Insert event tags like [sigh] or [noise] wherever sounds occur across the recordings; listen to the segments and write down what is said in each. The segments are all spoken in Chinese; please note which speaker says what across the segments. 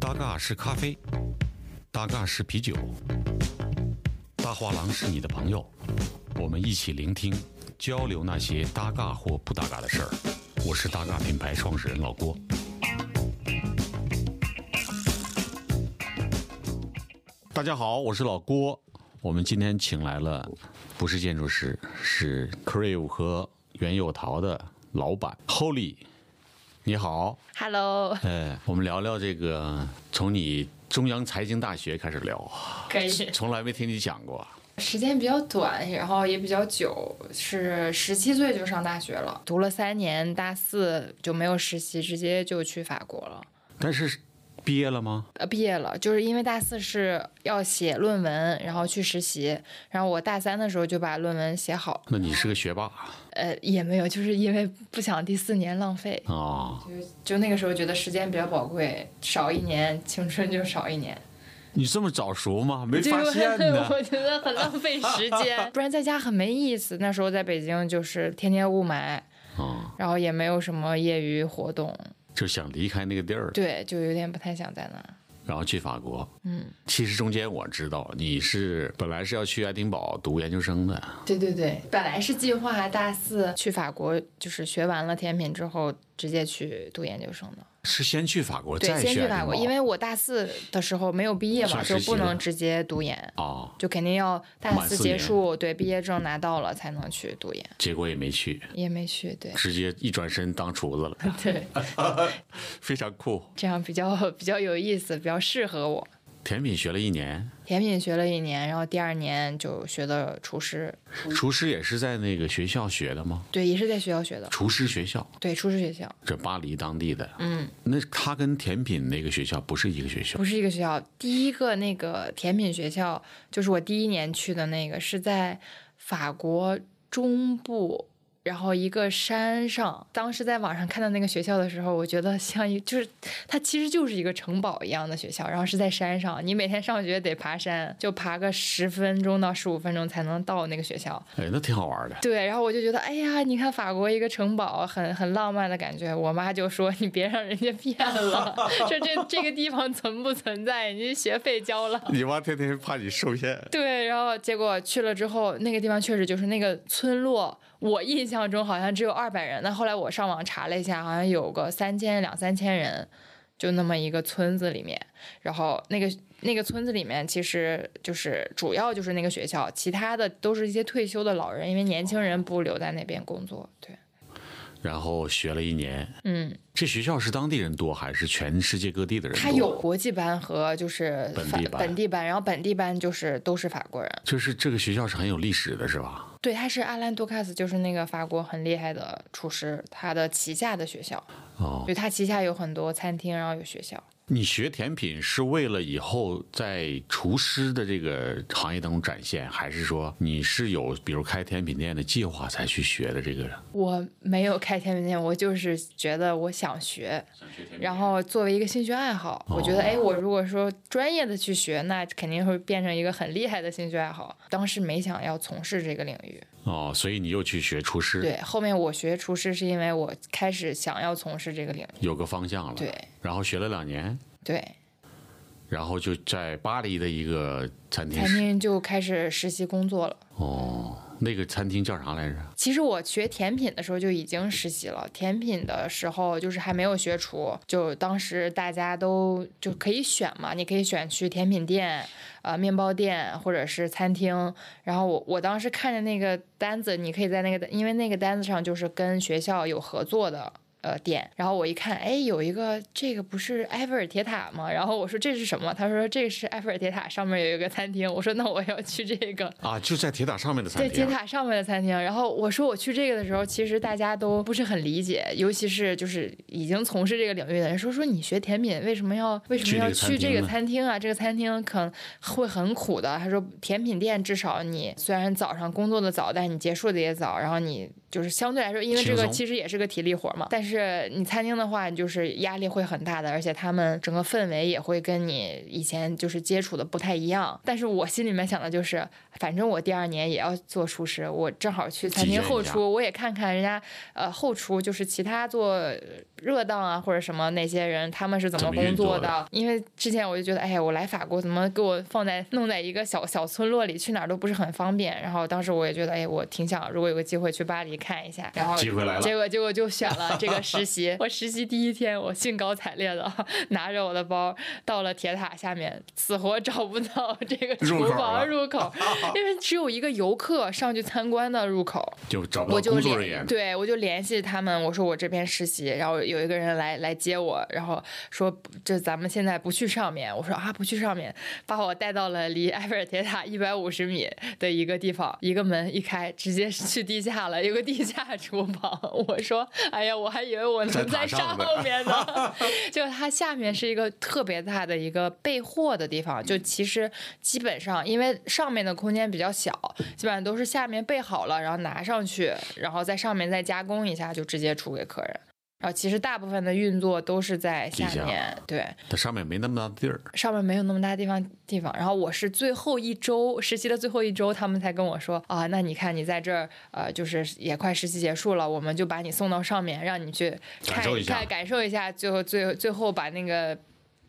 Speaker 1: 大嘎是咖啡，大嘎是啤酒，大画廊是你的朋友，我们一起聆听、交流那些大嘎或不大嘎的事儿。我是大嘎品牌创始人老郭。大家好，我是老郭。我们今天请来了，不是建筑师，是 Crave 和袁有桃的老板 Holy。你好，
Speaker 2: Hello，
Speaker 1: 哎，我们聊聊这个，从你中央财经大学开始聊，
Speaker 2: 可以。
Speaker 1: 从来没听你讲过。
Speaker 3: 时间比较短，然后也比较久，是十七岁就上大学了，
Speaker 2: 读了三年，大四就没有实习，直接就去法国了。
Speaker 1: 但是毕业了吗？
Speaker 2: 呃，毕业了，就是因为大四是要写论文，然后去实习，然后我大三的时候就把论文写好，
Speaker 1: 那你是个学霸啊、
Speaker 2: 呃，也没有，就是因为不想第四年浪费，
Speaker 1: 啊
Speaker 3: 就就那个时候觉得时间比较宝贵，少一年青春就少一年，
Speaker 1: 你这么早熟吗？没
Speaker 2: 就
Speaker 1: 发
Speaker 2: 是
Speaker 1: 现呢。
Speaker 2: [laughs] 我觉得很浪费时
Speaker 1: [laughs]
Speaker 2: 间，不然在家很没意思。那时候在北京就是天天雾霾，
Speaker 1: 啊、
Speaker 2: 然后也没有什么业余活动，
Speaker 1: 就想离开那个地儿，
Speaker 2: 对，就有点不太想在那儿。
Speaker 1: 然后去法国。
Speaker 2: 嗯，
Speaker 1: 其实中间我知道你是本来是要去爱丁堡读研究生的，
Speaker 3: 对对对，
Speaker 2: 本来是计划大四去法国，就是学完了甜品之后直接去读研究生的。
Speaker 1: 是先去法国，
Speaker 2: 对，
Speaker 1: 再
Speaker 2: 先去
Speaker 1: 爱丁
Speaker 2: 法
Speaker 1: 堡。
Speaker 2: 国，因为我大四的时候没有毕业嘛，
Speaker 1: 上
Speaker 2: 就
Speaker 1: 实习
Speaker 2: 不
Speaker 1: 了
Speaker 2: 能直接读研，
Speaker 1: 哦，
Speaker 2: 就肯定要大
Speaker 1: 满
Speaker 2: 四
Speaker 1: 四
Speaker 2: 结
Speaker 1: 年
Speaker 2: 束，对，毕业证拿到了才能去读研，
Speaker 1: 结果也没去，
Speaker 2: 也没去。对
Speaker 1: 直接一转身当厨子了，
Speaker 2: 对，
Speaker 1: [laughs] 非常酷。
Speaker 2: 这样比较比较有意思，比较适合我。
Speaker 1: 甜品学了一年，
Speaker 2: 甜品学了一年，然后第二年就学的厨师，
Speaker 1: 厨师也是在那个学校学的吗？
Speaker 2: 对，也是在学校学的，
Speaker 1: 厨师学校，
Speaker 2: 对，厨师学校，
Speaker 1: 这巴黎当地的。
Speaker 2: 嗯。
Speaker 1: 那他跟甜品那个学校不是一个学校
Speaker 2: 不是一个学校。第一个那个甜品学校，就是我第一年去的那个，是在法国中部，然后一个山上。当时在网上看到那个学校的时候，我觉得像一就是它其实就是一个城堡一样的学校，然后是在山上，你每天上学得爬山，就爬个十分钟到十五分钟才能到那个学校。
Speaker 1: 哎，那挺好玩的。
Speaker 2: 对，然后我就觉得，哎呀，你看法国一个城堡，很很浪漫的感觉。我妈就说：“你别让人家 [laughs] 骗了，说这这个地方存不存在，你学费交了。
Speaker 1: 你妈天天怕你受骗”，
Speaker 2: 对，然后结果去了之后，那个地方确实就是那个村落，我印象中好像只有二百人，但后来我上网查了一下，好像有个三千两三千人，就那么一个村子里面。然后那个那个村子里面，其实就是主要就是那个学校，其他的都是一些退休的老人，因为年轻人不留在那边工作。对，
Speaker 1: 然后学了一年。
Speaker 2: 嗯，
Speaker 1: 这学校是当地人多还是全世界各地的人多？
Speaker 2: 他有国际班和就是
Speaker 1: 本
Speaker 2: 法
Speaker 1: 地班
Speaker 2: 本地班，然后本地班就是都是法国人。
Speaker 1: 就是这个学校是很有历史的，是吧？
Speaker 2: 对，他是阿兰杜卡斯，就是那个法国很厉害的厨师，他的旗下的学校，
Speaker 1: 哦，
Speaker 2: 就他旗下有很多餐厅，然后有学校。
Speaker 1: 你学甜品是为了以后在厨师的这个行业当中展现，还是说你是有比如开甜品店的计划才去学的这个？
Speaker 2: 我没有开甜品店，我就是觉得我想学，然后作为一个兴趣爱好，我觉得，哎，我如果说专业的去学，那肯定会变成一个很厉害的兴趣爱好。当时没想要从事这个领域，
Speaker 1: 哦，所以你又去学厨师，
Speaker 2: 对，后面我学厨师是因为我开始想要从事这个领域，
Speaker 1: 有个方向了。
Speaker 2: 对，
Speaker 1: 然后学了两年，
Speaker 2: 对，
Speaker 1: 然后就在巴黎的一个餐厅
Speaker 2: 餐厅就开始实习工作了。
Speaker 1: 哦，那个餐厅叫啥来着？
Speaker 2: 其实我学甜品的时候就已经实习了，甜品的时候就是还没有学厨，就当时大家都就可以选嘛，你可以选去甜品店、呃面包店或者是餐厅。然后我我当时看着那个单子，你可以在那个因为那个单子上就是跟学校有合作的。呃，店，然后我一看，哎，有一个这个不是埃菲尔铁塔吗？然后我说这是什么？他说这是埃菲尔铁塔上面有一个餐厅。我说那我要去这个，
Speaker 1: 啊，就在铁塔上面的餐
Speaker 2: 对
Speaker 1: 厅。啊
Speaker 2: 铁塔上面的餐厅。然后我说我去这个的时候，其实大家都不是很理解，尤其是就是已经从事这个领域的人，说说你学甜品为什么要为什么要去这个
Speaker 1: 嗯
Speaker 2: 餐厅啊？这个餐厅可能会很苦的。他说甜品店至少你虽然早上工作的早，但你结束的也早，然后你就是相对来说，因为这
Speaker 1: 轻
Speaker 2: 个
Speaker 1: 松
Speaker 2: 其实也是个体力活嘛。但是你餐厅的话，你就是压力会很大的，而且他们整个氛围也会跟你以前就是接触的不太一样。但是我心里面想的就是，反正我第二年也要做厨师，我正好去餐
Speaker 1: 体验
Speaker 2: 厅
Speaker 1: 一
Speaker 2: 后
Speaker 1: 下
Speaker 2: 厨，我也看看人家呃后厨就是其他做呃热当啊或者什么那些人他们是怎
Speaker 1: 怎
Speaker 2: 么
Speaker 1: 么运
Speaker 2: 工作
Speaker 1: 作的
Speaker 2: 的。啊因为之前我就觉得，哎呀，我来法国怎么给我放在弄在一个小小村落里，去哪儿都不是很方便。然后当时我也觉得，哎，我挺想如果有个机会去巴黎看一下。然
Speaker 1: [laughs]
Speaker 2: 后
Speaker 1: 机会来了
Speaker 2: 结果结果就选了这个实习。我实习第一天，我兴高采烈的拿着我的包到了铁塔下面，死活找不到这个
Speaker 1: 入
Speaker 2: 厨
Speaker 1: 口了
Speaker 2: 房入口，因为只有一个游客上去参观的入口。
Speaker 1: 就找不
Speaker 2: 我
Speaker 1: 到
Speaker 2: 就
Speaker 1: 工作人
Speaker 2: 联
Speaker 1: 员，
Speaker 2: 对我就联系他们，我说我这边实习，然后有一个人来来接我，然后说这咱们现在不去上面，我说啊不去上面，把我带到了离埃菲尔铁塔一百五十米的一个地方，一个门一开，直接是去地下了，有个地下厨房， [laughs] 我说哎呀，我还以为我
Speaker 1: 在
Speaker 2: 能
Speaker 1: 塔
Speaker 2: 在
Speaker 1: 上
Speaker 2: 上
Speaker 1: 呢
Speaker 2: 面呢， [laughs] 就是它下面是一个特别大的一个备货的地方，就其实基本上因为上面的空间比较小，基本上都是下面备好了，然后拿上去，然后在上面再加工一下，就直接出给客人。然后其实大部分的运作都是在下
Speaker 1: 地下
Speaker 2: 面，对，
Speaker 1: 它上面没那么大的地儿，
Speaker 2: 上面没有那么大地方地方。然后我是最后一周实习的最后一周，他们才跟我说啊，那你看你在这儿，呃，就是也快实习结束了，我们就把你送到上面，让你去
Speaker 1: 感
Speaker 2: 看
Speaker 1: 受一下
Speaker 2: 看感受一下，最后最最后把那个。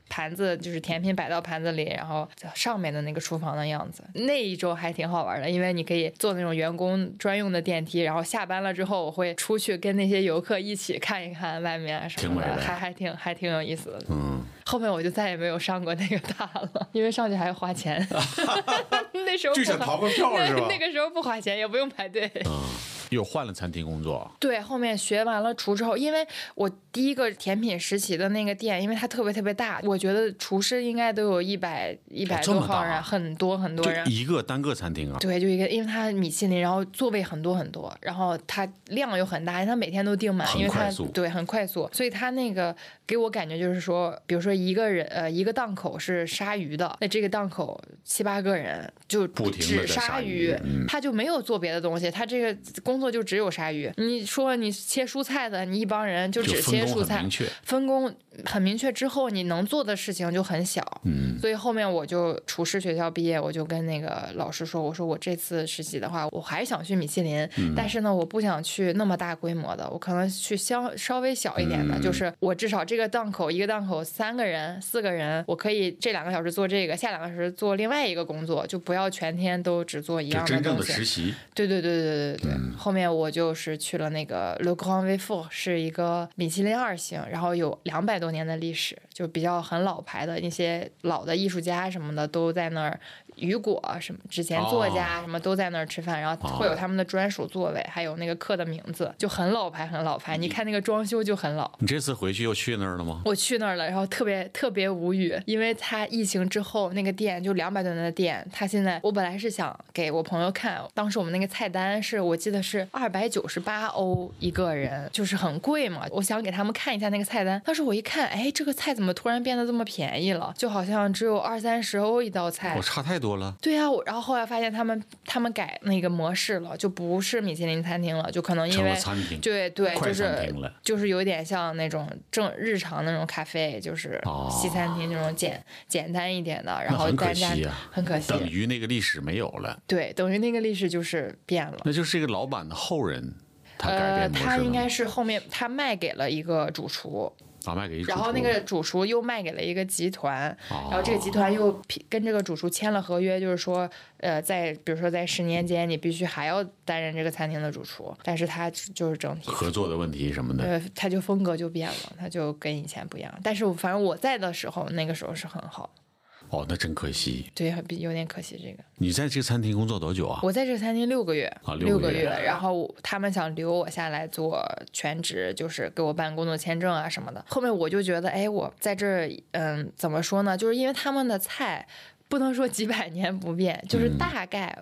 Speaker 2: 盘子就是甜品摆到盘子里，然后上面的那个厨房的样子。那一周还挺好玩的，因为你可以坐那种员工专用的电梯，然后下班了之后，我会出去跟那些游客一起看一看外面啊什
Speaker 1: 挺
Speaker 2: 么
Speaker 1: 美
Speaker 2: 的，
Speaker 1: 的
Speaker 2: 还还挺还挺有意思的。
Speaker 1: 嗯，
Speaker 2: 后面我就再也没有上过那个大了，因为上去还要花
Speaker 1: [laughs]
Speaker 2: 钱。那时候不
Speaker 4: 就想
Speaker 2: 花
Speaker 4: 逃个票
Speaker 2: 那
Speaker 4: 是吧？
Speaker 2: 那个时候不花钱，也不用排队。
Speaker 1: 嗯又换了餐厅工作，
Speaker 2: 对，后面学完了厨之后，因为我第一个甜品实习的那个店，因为它特别特别大，我觉得厨师应该都有一百一百
Speaker 1: 这
Speaker 2: 多
Speaker 1: 么大
Speaker 2: 号人，
Speaker 1: 啊
Speaker 2: 很多很多
Speaker 1: 就
Speaker 2: 人。
Speaker 1: 一个单个餐厅啊，
Speaker 2: 对，就一个，因为它米其林，然后座位很多很多，然后它量又很大，因为它每天都订满，
Speaker 1: 很
Speaker 2: 因为它
Speaker 1: 快速
Speaker 2: 对很快速，所以它那个给我感觉就是说，比如说一个人呃一个档口是杀鱼的，那这个档口七八个人就
Speaker 1: 不停地
Speaker 2: 只
Speaker 1: 在杀
Speaker 2: 杀
Speaker 1: 鱼嗯
Speaker 2: 他就没有做别的东西，他这个工作就只有杀鱼。你说你切蔬菜的，你一帮人就
Speaker 1: 就
Speaker 2: 只
Speaker 1: 分
Speaker 2: 切
Speaker 1: 工
Speaker 2: 蔬
Speaker 1: 很
Speaker 2: 菜
Speaker 1: 明，确，
Speaker 2: 分工很明确之后，你能做的事情就很小。
Speaker 1: 嗯，
Speaker 2: 所以后面我就厨师学校毕业，我就跟那个老师说，我说我这次实习的话，我还想去米其林，
Speaker 1: 嗯
Speaker 2: 但是呢，我不想去那么大规模的，我可能去相稍微小一点的，
Speaker 1: 嗯
Speaker 2: 就是我至少这个档口一个档口三个人、四个人，我可以这两个小时做这个，下两个小时做另外一个工作，就不要全天都只做一
Speaker 1: 就
Speaker 2: 样
Speaker 1: 真正
Speaker 2: 东
Speaker 1: 的
Speaker 2: 西。
Speaker 1: 实习，
Speaker 2: 对对对对对对对，后面我就是去了那个 Le Grand v i f o 是一个米其林二星，然后有两百多年的历史，就比较很老牌的那些老的艺术家什么的都在那儿，雨果什么之前作家什么都在那儿吃饭，然后会有他们的专属座位，还有那个课的名字，就很老牌很老牌，你看那个装修就很老。
Speaker 1: 你这次回去又去那儿了吗？
Speaker 2: 我去那儿了，然后特别特别无语，因为他疫情之后那个店就两百多年的店，他现在我本来是想给我朋友看，当时我们那个菜单是我记得是二百九十八欧一个人，就是很贵嘛，我想给他们看一下那个菜单，当时我一看，哎，这个菜怎么突然变得这么便宜了？就好像只有二三十欧一道菜，
Speaker 1: 我哦差太多了，
Speaker 2: 对啊，我然后后来发现他们他们改那个模式了，就不是米其林餐厅了，就可能因
Speaker 1: 成了
Speaker 2: 为
Speaker 1: 餐厅
Speaker 2: 对对，
Speaker 1: 快
Speaker 2: 就
Speaker 1: 餐
Speaker 2: 是
Speaker 1: 厅了
Speaker 2: 就是有点像那种正日常那种咖啡，就是
Speaker 1: 哦
Speaker 2: 西餐厅那种简、简单一点的，然后
Speaker 1: 很可
Speaker 2: 单价
Speaker 1: 惜呀啊
Speaker 2: 很可惜，
Speaker 1: 等于那个历史没有了，
Speaker 2: 对，等于那个历史就是变了。
Speaker 1: 那就是这个老板的后人，他改
Speaker 2: 呃，
Speaker 1: 变模
Speaker 2: 他
Speaker 1: 式
Speaker 2: 应
Speaker 1: 了
Speaker 2: 该
Speaker 1: 吗，
Speaker 2: 是后面他卖给了一个主厨，
Speaker 1: 把卖给一
Speaker 2: 然
Speaker 1: 主
Speaker 2: 后那
Speaker 1: 厨
Speaker 2: 个主厨又卖给了一个集团，
Speaker 1: 哦
Speaker 2: 然后这个集团又批跟这个主厨签了合约，就是说，呃，在比如说在十年间，你必须还要担任这个餐厅的主厨，但是他就是整体。
Speaker 1: 合作的问题什么的，
Speaker 2: 呃，他就风格就变了，他就跟以前不一样。但是我反正我在的时候，那个时候是很好，
Speaker 1: 哦，那真可惜。
Speaker 2: 对，很比有点可惜这个。
Speaker 1: 你在这个餐厅工作多久啊？
Speaker 2: 我在这个餐厅六个月，
Speaker 1: 啊六
Speaker 2: 六
Speaker 1: 个
Speaker 2: 个
Speaker 1: 月
Speaker 2: 然后我他们想留我下来做全职，就是给我办工作签证啊什么的。后面我就觉得，哎，我在这儿，嗯，怎么说呢？就是因为他们的菜不能说几百年不变，就是
Speaker 1: 嗯
Speaker 2: 大概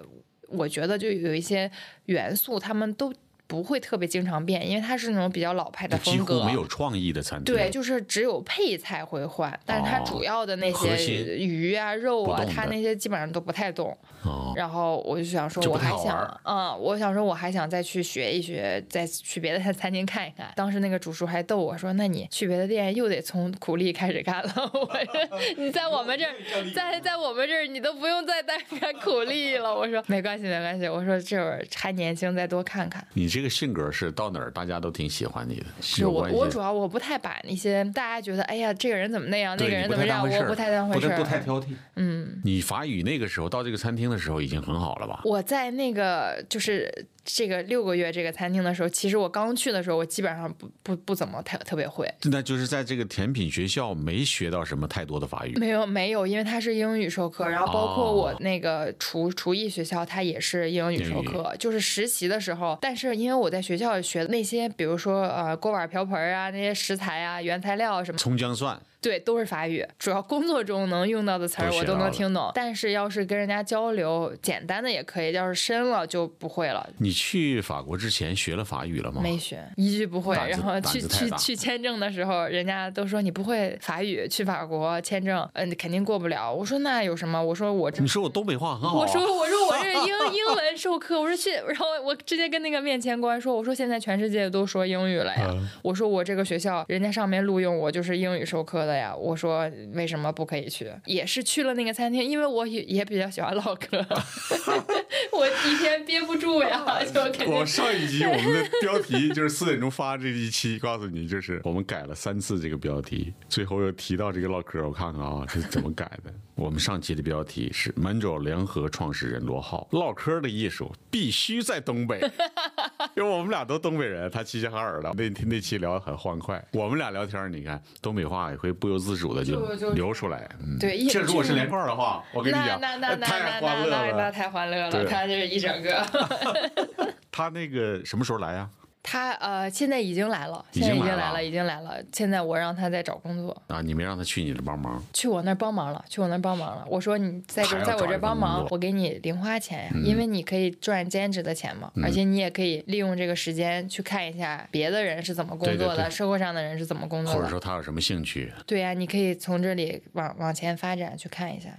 Speaker 2: 我觉得就有一些元素，他们都不会特别经常变，因为它是那种比较老派的
Speaker 1: 这几
Speaker 2: 风
Speaker 1: 乎
Speaker 2: 格，
Speaker 1: 没有创意的餐厅，
Speaker 2: 对，就是只有配菜会换，但是它
Speaker 1: 哦
Speaker 2: 主要的那
Speaker 1: 核心
Speaker 2: 些鱼啊、肉
Speaker 1: 不
Speaker 2: 啊
Speaker 1: 动，
Speaker 2: 它
Speaker 1: 的
Speaker 2: 那些基本上都不太动。
Speaker 1: 哦
Speaker 2: 然后我就想说，
Speaker 1: 就不
Speaker 2: 我
Speaker 1: 太
Speaker 2: 还
Speaker 1: 好玩儿
Speaker 2: 想，嗯，我想说我还想再去学一学，再去别的餐餐厅看一看。当时那个主厨还逗我说：“那你去别的店又得从苦力开始干了。”
Speaker 1: [laughs]
Speaker 2: 我说：“你在我们这儿，在在我们这儿，你都不用再干苦力了。”我说：“没关系，没关系。”我说：“这会儿还年轻，再多看看。”
Speaker 1: 你这个性格是到哪儿大家都挺喜欢你的，
Speaker 2: 是
Speaker 1: 有
Speaker 2: 我
Speaker 1: 关系
Speaker 2: 我主要我不太把那些大家觉得哎呀这个人怎么那样，那
Speaker 1: 对
Speaker 2: 个
Speaker 1: 你
Speaker 2: 人
Speaker 1: 不
Speaker 2: 怎么
Speaker 1: 太
Speaker 2: 这
Speaker 1: 当
Speaker 2: 样，
Speaker 1: 回事儿不
Speaker 2: 我不太当回事
Speaker 1: 太
Speaker 2: 儿。
Speaker 1: 不太挑剔。
Speaker 2: 嗯，
Speaker 1: 你法语那个时候到这个餐厅的时候已经很好了吧？
Speaker 2: 我在那个就是这个六个月这个餐厅的时候，其实我刚去的时候，我基本上不不不怎么太特别会，
Speaker 1: 那就是在这个甜品学校没学到什么太多的法语。
Speaker 2: 没有没有，因为它是英语授课，然后包括我
Speaker 1: 哦
Speaker 2: 那个厨、厨艺学校，它也是英语
Speaker 1: 英
Speaker 2: 授
Speaker 1: 语
Speaker 2: 课，就是实习的时候。但是因为我在学校学那些，比如说呃锅碗瓢盆啊，那些食材啊、原材料什么，
Speaker 1: 葱姜蒜，
Speaker 2: 对，都是法语。主要工作中能用到的词儿
Speaker 1: 都
Speaker 2: 我
Speaker 1: 学
Speaker 2: 都
Speaker 1: 到
Speaker 2: 能
Speaker 1: 了
Speaker 2: 听懂，但是要是跟人家交流，简单的也可以，要是深了就不会了。
Speaker 1: 你去法国之前学了法语了吗？
Speaker 2: 没学，一句不会。
Speaker 1: 胆子
Speaker 2: 然后
Speaker 1: 胆
Speaker 2: 去
Speaker 1: 子太
Speaker 2: 去
Speaker 1: 大
Speaker 2: 去签证的时候，人家都说你不会法语，去法国签证，嗯、肯定过不了。我说那有什么？我说我这
Speaker 1: 你说我东北话很好啊、
Speaker 2: 我说我说我这英
Speaker 1: 哦
Speaker 2: 英文授课，我说去，然后我直接跟那个面签官说，我说现在全世界都说英语了呀，
Speaker 1: 嗯
Speaker 2: 我说我这个学校人家上面录用我就是英语授课的呀，我说为什么不可以去？也是去了那个餐厅，因为我也也比较喜欢唠
Speaker 1: [laughs]
Speaker 2: 嗑，我一天憋不住呀，就肯定
Speaker 1: 哎 [laughs] 我上一集我们
Speaker 2: [laughs]
Speaker 1: 的标题就是四点钟发这一期，告诉你就是我们改了三次这个标题，最后又提到这个唠嗑，我看看啊，这是怎么改的？我们上期的标题是“满洲联合创始人罗浩，唠嗑的艺术必须在东
Speaker 2: [laughs]
Speaker 1: 北”，因为我们俩都东北人，他齐齐哈尔的，那那期聊得很欢快，我们俩聊天，你看东北话也会不由自主的就
Speaker 2: 就就
Speaker 1: 流出来。嗯，
Speaker 2: 对一
Speaker 1: 这如果是连块儿的话，我跟你
Speaker 2: 那
Speaker 1: 讲，
Speaker 2: 那那那那
Speaker 1: 太欢
Speaker 2: 那
Speaker 1: 乐
Speaker 2: 那那
Speaker 1: 了。
Speaker 2: 太欢乐了，
Speaker 1: 对
Speaker 2: 他就是一整个。
Speaker 1: [laughs] 他那个什么时候来啊？
Speaker 2: 他呃，现在已经来了，
Speaker 1: 已
Speaker 2: 现在已
Speaker 1: 经
Speaker 2: 经
Speaker 1: 来
Speaker 2: 来
Speaker 1: 了
Speaker 2: 了，已经来了。现在我让他在找工作，
Speaker 1: 啊，你没让他去你那帮忙。
Speaker 2: 去我那儿帮忙了，去我那儿帮忙了。我说你在
Speaker 1: 还
Speaker 2: 这
Speaker 1: 要
Speaker 2: 在我
Speaker 1: 找
Speaker 2: 这
Speaker 1: 一
Speaker 2: 儿
Speaker 1: 份
Speaker 2: 帮
Speaker 1: 工
Speaker 2: 忙
Speaker 1: 作，
Speaker 2: 我给你零花钱呀，
Speaker 1: 嗯
Speaker 2: 因为你可以赚兼职的钱嘛，而且你也可以利用这个时间去看一下别的人是怎么工
Speaker 1: 对对
Speaker 2: 作的，
Speaker 1: 对
Speaker 2: 社会上的人是怎么工作
Speaker 1: 或者
Speaker 2: 的。
Speaker 1: 说他有什么兴趣。
Speaker 2: 对呀、你可以从这里往往前发展去看一下，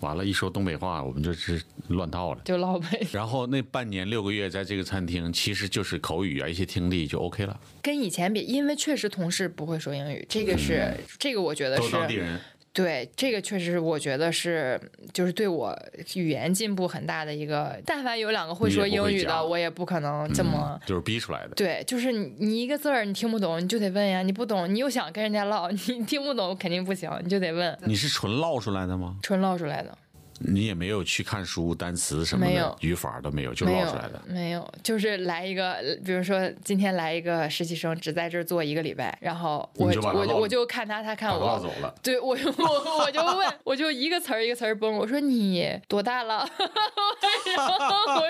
Speaker 1: 完了，一说东北话，我们就是乱套了。
Speaker 2: 就唠呗。
Speaker 1: 然后那半年六个月在这个餐厅，其实就是口语啊，一些听力就 OK 了，
Speaker 2: [laughs] 跟以前比，因为确实同事不会说英语，这个是、这个我觉得
Speaker 1: 嗯都
Speaker 2: 呃是
Speaker 1: 是当地人。
Speaker 2: 对，这个确实是我觉得是，就是对我语言进步很大的一个。但凡有两个会
Speaker 1: 你也
Speaker 2: 说
Speaker 1: 不
Speaker 2: 英
Speaker 1: 会嗯
Speaker 2: 语的，
Speaker 1: 讲
Speaker 2: 我也不可能这么。
Speaker 1: 就是逼出来的。
Speaker 2: 对，就是你，你一个字儿你听不懂，你就得问呀。你不懂，你又想跟人家唠， [laughs] 你听不懂肯定不行，你就得问。
Speaker 1: 你是纯唠出来的吗？
Speaker 2: 纯唠出来的，
Speaker 1: 你也没有去看书、单词什么
Speaker 2: 没
Speaker 1: 的
Speaker 2: 有，
Speaker 1: 语法都没有，就
Speaker 2: 没
Speaker 1: 唠
Speaker 2: 有
Speaker 1: 出来的。
Speaker 2: 没有，就是来一个，比如说今天来一个实习生，只在这儿做一个礼拜，然后
Speaker 1: 你
Speaker 2: 我
Speaker 1: 就把他
Speaker 2: 我
Speaker 1: 唠
Speaker 2: 我就看他，他看
Speaker 1: 把
Speaker 2: 我，
Speaker 1: 他唠走
Speaker 2: [laughs]
Speaker 1: 了，
Speaker 2: 对我我我就问，我就一个词儿一个词儿崩，我说你多大了？ [laughs] 然后我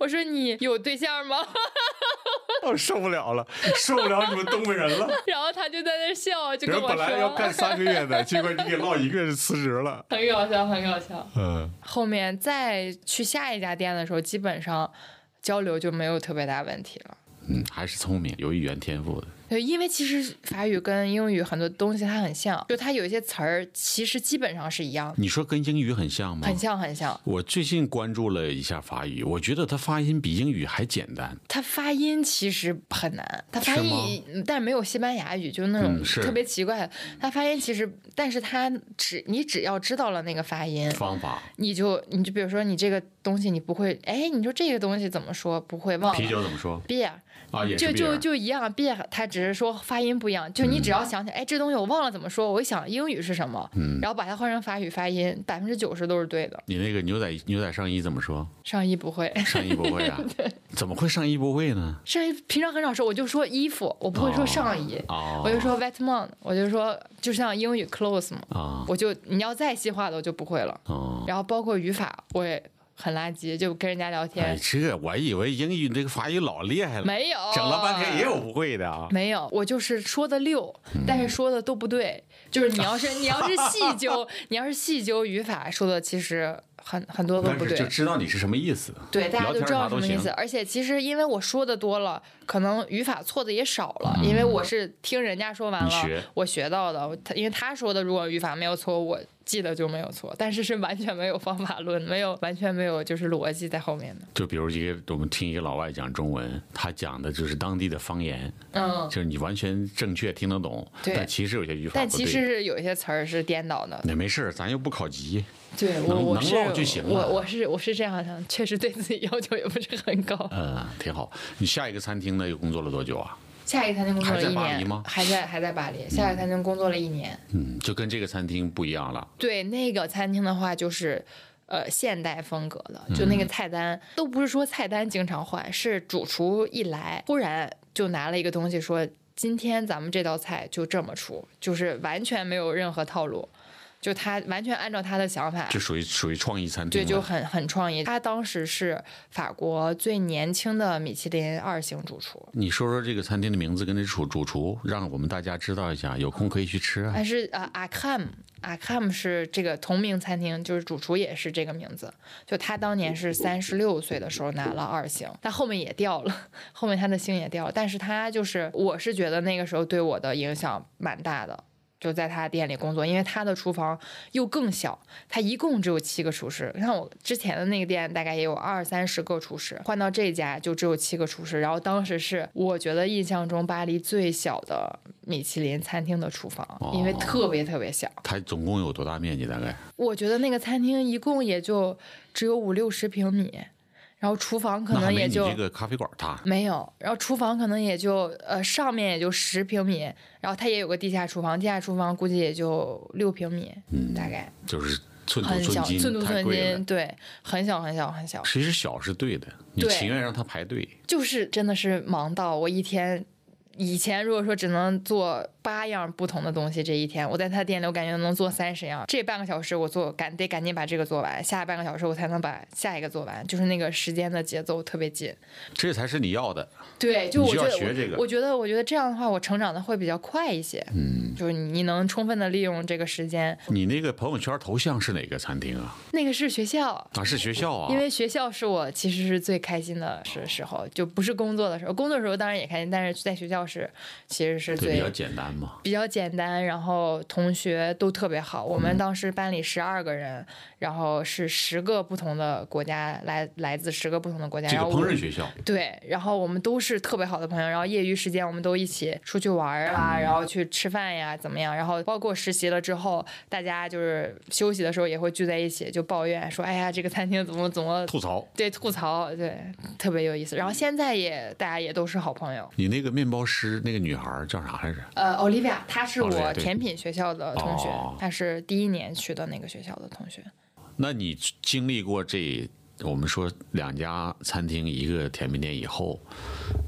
Speaker 2: 我 [laughs] 说你有对象吗？ [laughs]
Speaker 1: 我受不了了，受不了你们东北人了。
Speaker 2: 然后他就在那笑， [laughs] 就跟
Speaker 1: 人
Speaker 2: 我
Speaker 1: 本来要
Speaker 2: 说，
Speaker 1: 干三个月的， [laughs] 结果你给唠一个月就辞职了。
Speaker 2: [laughs] 很搞笑，很搞笑。
Speaker 1: 嗯，
Speaker 2: 后面再去下一家店的时候，基本上交流就没有特别大问题了。
Speaker 1: 嗯，还是聪明，有语言天赋的。
Speaker 2: 对，因为其实法语跟英语很多东西它很像，就它有一些词儿其实基本上是一样的，
Speaker 1: 你说跟英语很像吗？
Speaker 2: 很像很像。
Speaker 1: 我最近关注了一下法语，我觉得它发音比英语还简单。
Speaker 2: 它发音其实很难，它发
Speaker 1: 是吗
Speaker 2: 音，嗯但是没有西班牙语，就那种
Speaker 1: 嗯是
Speaker 2: 特别奇怪的。它发音其实，但是它只你只要知道了那个发音，
Speaker 1: 方法，
Speaker 2: 你就你就比如说你这个东西你不会，哎，你说这个东西怎么说不会忘
Speaker 1: 啤
Speaker 2: 了。
Speaker 1: 酒怎么说
Speaker 2: beer
Speaker 1: 啊？也是
Speaker 2: 哦就
Speaker 1: 别
Speaker 2: 就
Speaker 1: 人。
Speaker 2: 就一样，beer 它只是说发音不一样，就你只要想起来，哎，这东西我忘了怎么说，我一想英语是什么，
Speaker 1: 嗯
Speaker 2: 然后把它换成法语发音，百分之九十都是对的。
Speaker 1: 你那个牛仔牛仔上衣怎么
Speaker 2: [laughs]
Speaker 1: 说？
Speaker 2: 上衣不会，
Speaker 1: 上衣不会啊？怎么会上衣不会呢？
Speaker 2: 上衣平常很少说，我就说衣服，我不会
Speaker 1: 哦
Speaker 2: 说上衣。
Speaker 1: 哦，
Speaker 2: 我就说 vetmon，我就说就像英语 close 嘛，
Speaker 1: 啊
Speaker 2: 我就你要再细化的我就不会了。
Speaker 1: 哦，
Speaker 2: 然后包括语法我也很垃圾，就跟人家聊
Speaker 1: 哎，
Speaker 2: 天、
Speaker 1: 这我还以为英语这个法语老厉害了，
Speaker 2: 没有，哦
Speaker 1: 整了半天也有不会的啊。
Speaker 2: 没有，我就是说的溜，
Speaker 1: 嗯
Speaker 2: 但是说的都不对。就是你
Speaker 1: [laughs]
Speaker 2: 要是你要是细究，你要是细究语法，说的其实很很多都
Speaker 1: 但
Speaker 2: 不
Speaker 1: 是就
Speaker 2: 对。
Speaker 1: 知道你是什么意思，
Speaker 2: 对，大家
Speaker 1: 聊
Speaker 2: 都
Speaker 1: 天
Speaker 2: 知道
Speaker 1: 啥
Speaker 2: 什
Speaker 1: 都
Speaker 2: 么意
Speaker 1: 行
Speaker 2: 思。。而且其实因为我说的多了，可能语法错的也少了，因为我是听人家说完
Speaker 1: 嗯你
Speaker 2: 了，
Speaker 1: 学
Speaker 2: 我学到的。我他因为他说的，如果语法没有错，我记得就没有错，但是是完全没有方法论，没有完全没有就是逻辑在后面的。
Speaker 1: 就比如一个我们听一个老外讲中文，他讲的就是当地的方言，
Speaker 2: 嗯，
Speaker 1: 就是你完全正确听得懂，
Speaker 2: 对
Speaker 1: 但其实有些语法
Speaker 2: 但
Speaker 1: 不
Speaker 2: 其
Speaker 1: 对。
Speaker 2: 实是有一些词儿是颠倒的。
Speaker 1: 那没事儿，咱又不考级，
Speaker 2: 对我
Speaker 1: 能
Speaker 2: 我
Speaker 1: 能
Speaker 2: 是
Speaker 1: 唠就行了。
Speaker 2: 我我是我是这样想，确实对自己要求也不是很高。
Speaker 1: 嗯，挺好。你下一个餐厅呢？又工作了多久啊？
Speaker 3: [laughs] 下一个餐厅工作了一年，
Speaker 1: 还在巴黎吗
Speaker 3: 还在还在巴黎。下一个餐厅工作了一年，
Speaker 1: 嗯，就跟这个餐厅不一样了。
Speaker 2: 对那个餐厅的话，就是呃现代风格的，
Speaker 1: 嗯
Speaker 2: 就那个菜单、都不是说菜单经常换，是主厨一来，忽然就拿了一个东西说，今天咱们这道菜就这么出，就是完全没有任何套路，就他完全按照他的想法。
Speaker 1: 就属于属于创意餐厅
Speaker 2: 对，
Speaker 1: 了。
Speaker 2: 就很很创意。他当时是法国最年轻的米其林二星主厨，
Speaker 1: 你说说这个餐厅的名字跟这主主厨，让我们大家知道一下，有空可以去吃啊。
Speaker 2: 但是呃阿卡姆，阿卡姆是这个同名餐厅，就是主厨也是这个名字。就他当年是三十六岁的时候拿了二星，但后面也掉了，后面他的星也掉了。但是他就是，我是觉得那个时候对我的影响蛮大的。就在他店里工作，因为他的厨房又更小，他一共只有七个厨师。像我之前的那个店，大概也有二三十个厨师，换到这家就只有七个厨师。然后当时是我觉得印象中巴黎最小的米其林餐厅的厨房，因为
Speaker 1: 哦
Speaker 2: 特别特别小。
Speaker 1: 它总共有多大面积？大概
Speaker 2: 我觉得那个餐厅一共也就只有五六十平米，然后厨房可
Speaker 1: 那还
Speaker 2: 能
Speaker 1: 没
Speaker 2: 也
Speaker 1: 你
Speaker 2: 就
Speaker 1: 这个咖啡馆大。
Speaker 2: 没有，然后厨房可能也就呃上面也就十平米，然后它也有个地下厨房，地下厨房估计也就六平米，大概
Speaker 1: 就是寸
Speaker 2: 很
Speaker 1: 土
Speaker 2: 小，
Speaker 1: 嗯寸金，
Speaker 2: 寸土
Speaker 1: 太
Speaker 2: 寸
Speaker 1: 贵了
Speaker 2: 金，。对，很小很小很小，
Speaker 1: 其实小是对的，你
Speaker 2: 对
Speaker 1: 情愿让他排队。
Speaker 2: 就是真的是忙到我一天。以前如果说只能做八样不同的东西，这一天我在他店里，我感觉能做三十样。这半个小时我做赶得赶紧把这个做完，下半个小时我才能把下一个做完，就是那个时间的节奏特别紧。
Speaker 1: 这才是你要的。
Speaker 2: 对，就
Speaker 1: 你
Speaker 2: 我
Speaker 1: 就
Speaker 2: 觉
Speaker 1: 要
Speaker 2: 得
Speaker 1: 学这个
Speaker 2: 我，我觉得我觉得这样的话，我成长的会比较快一些。
Speaker 1: 嗯，
Speaker 2: 就是你能充分的利用这个时间。
Speaker 1: 你那个朋友圈头像是哪个餐厅啊？
Speaker 2: 那个是学校，
Speaker 1: 啊，是学校啊。
Speaker 2: 因为学校是我其实是最开心的时时候，就不是工作的时候。工作的时候当然也开心，但是在学校是其实是
Speaker 1: 对比
Speaker 2: 最
Speaker 1: 较简单嘛。
Speaker 2: 比较简单，然后同学都特别好。我
Speaker 1: 嗯
Speaker 2: 们当时班里十二个人，然后是十个不同的国家来来自十个不同的国家，
Speaker 1: 这
Speaker 2: 然
Speaker 1: 个
Speaker 2: 哎后我
Speaker 1: 烹
Speaker 2: 们
Speaker 1: 饪学校，
Speaker 2: 对，然后我们都是特别好的朋友，然后业余时间我们都一起出去玩儿啊，然后去吃饭呀，怎么样？然后包括实习了之后，大家就是休息的时候也会聚在一起，就抱怨说：“哎呀，这个餐厅怎么怎么。
Speaker 1: 吐槽”
Speaker 2: 对，吐槽，对，特别有意思。然后现在也大家也都是好朋友。
Speaker 1: 你那个面包师那个女孩儿叫啥来着？
Speaker 2: 呃，Olivia，她是
Speaker 1: 哦对
Speaker 2: 我
Speaker 1: 对
Speaker 2: 甜品学校的同学
Speaker 1: 哦，
Speaker 2: 她是第一年去的那个学校的同学。
Speaker 1: 那你经历过这我们说两家餐厅一个甜品店以后，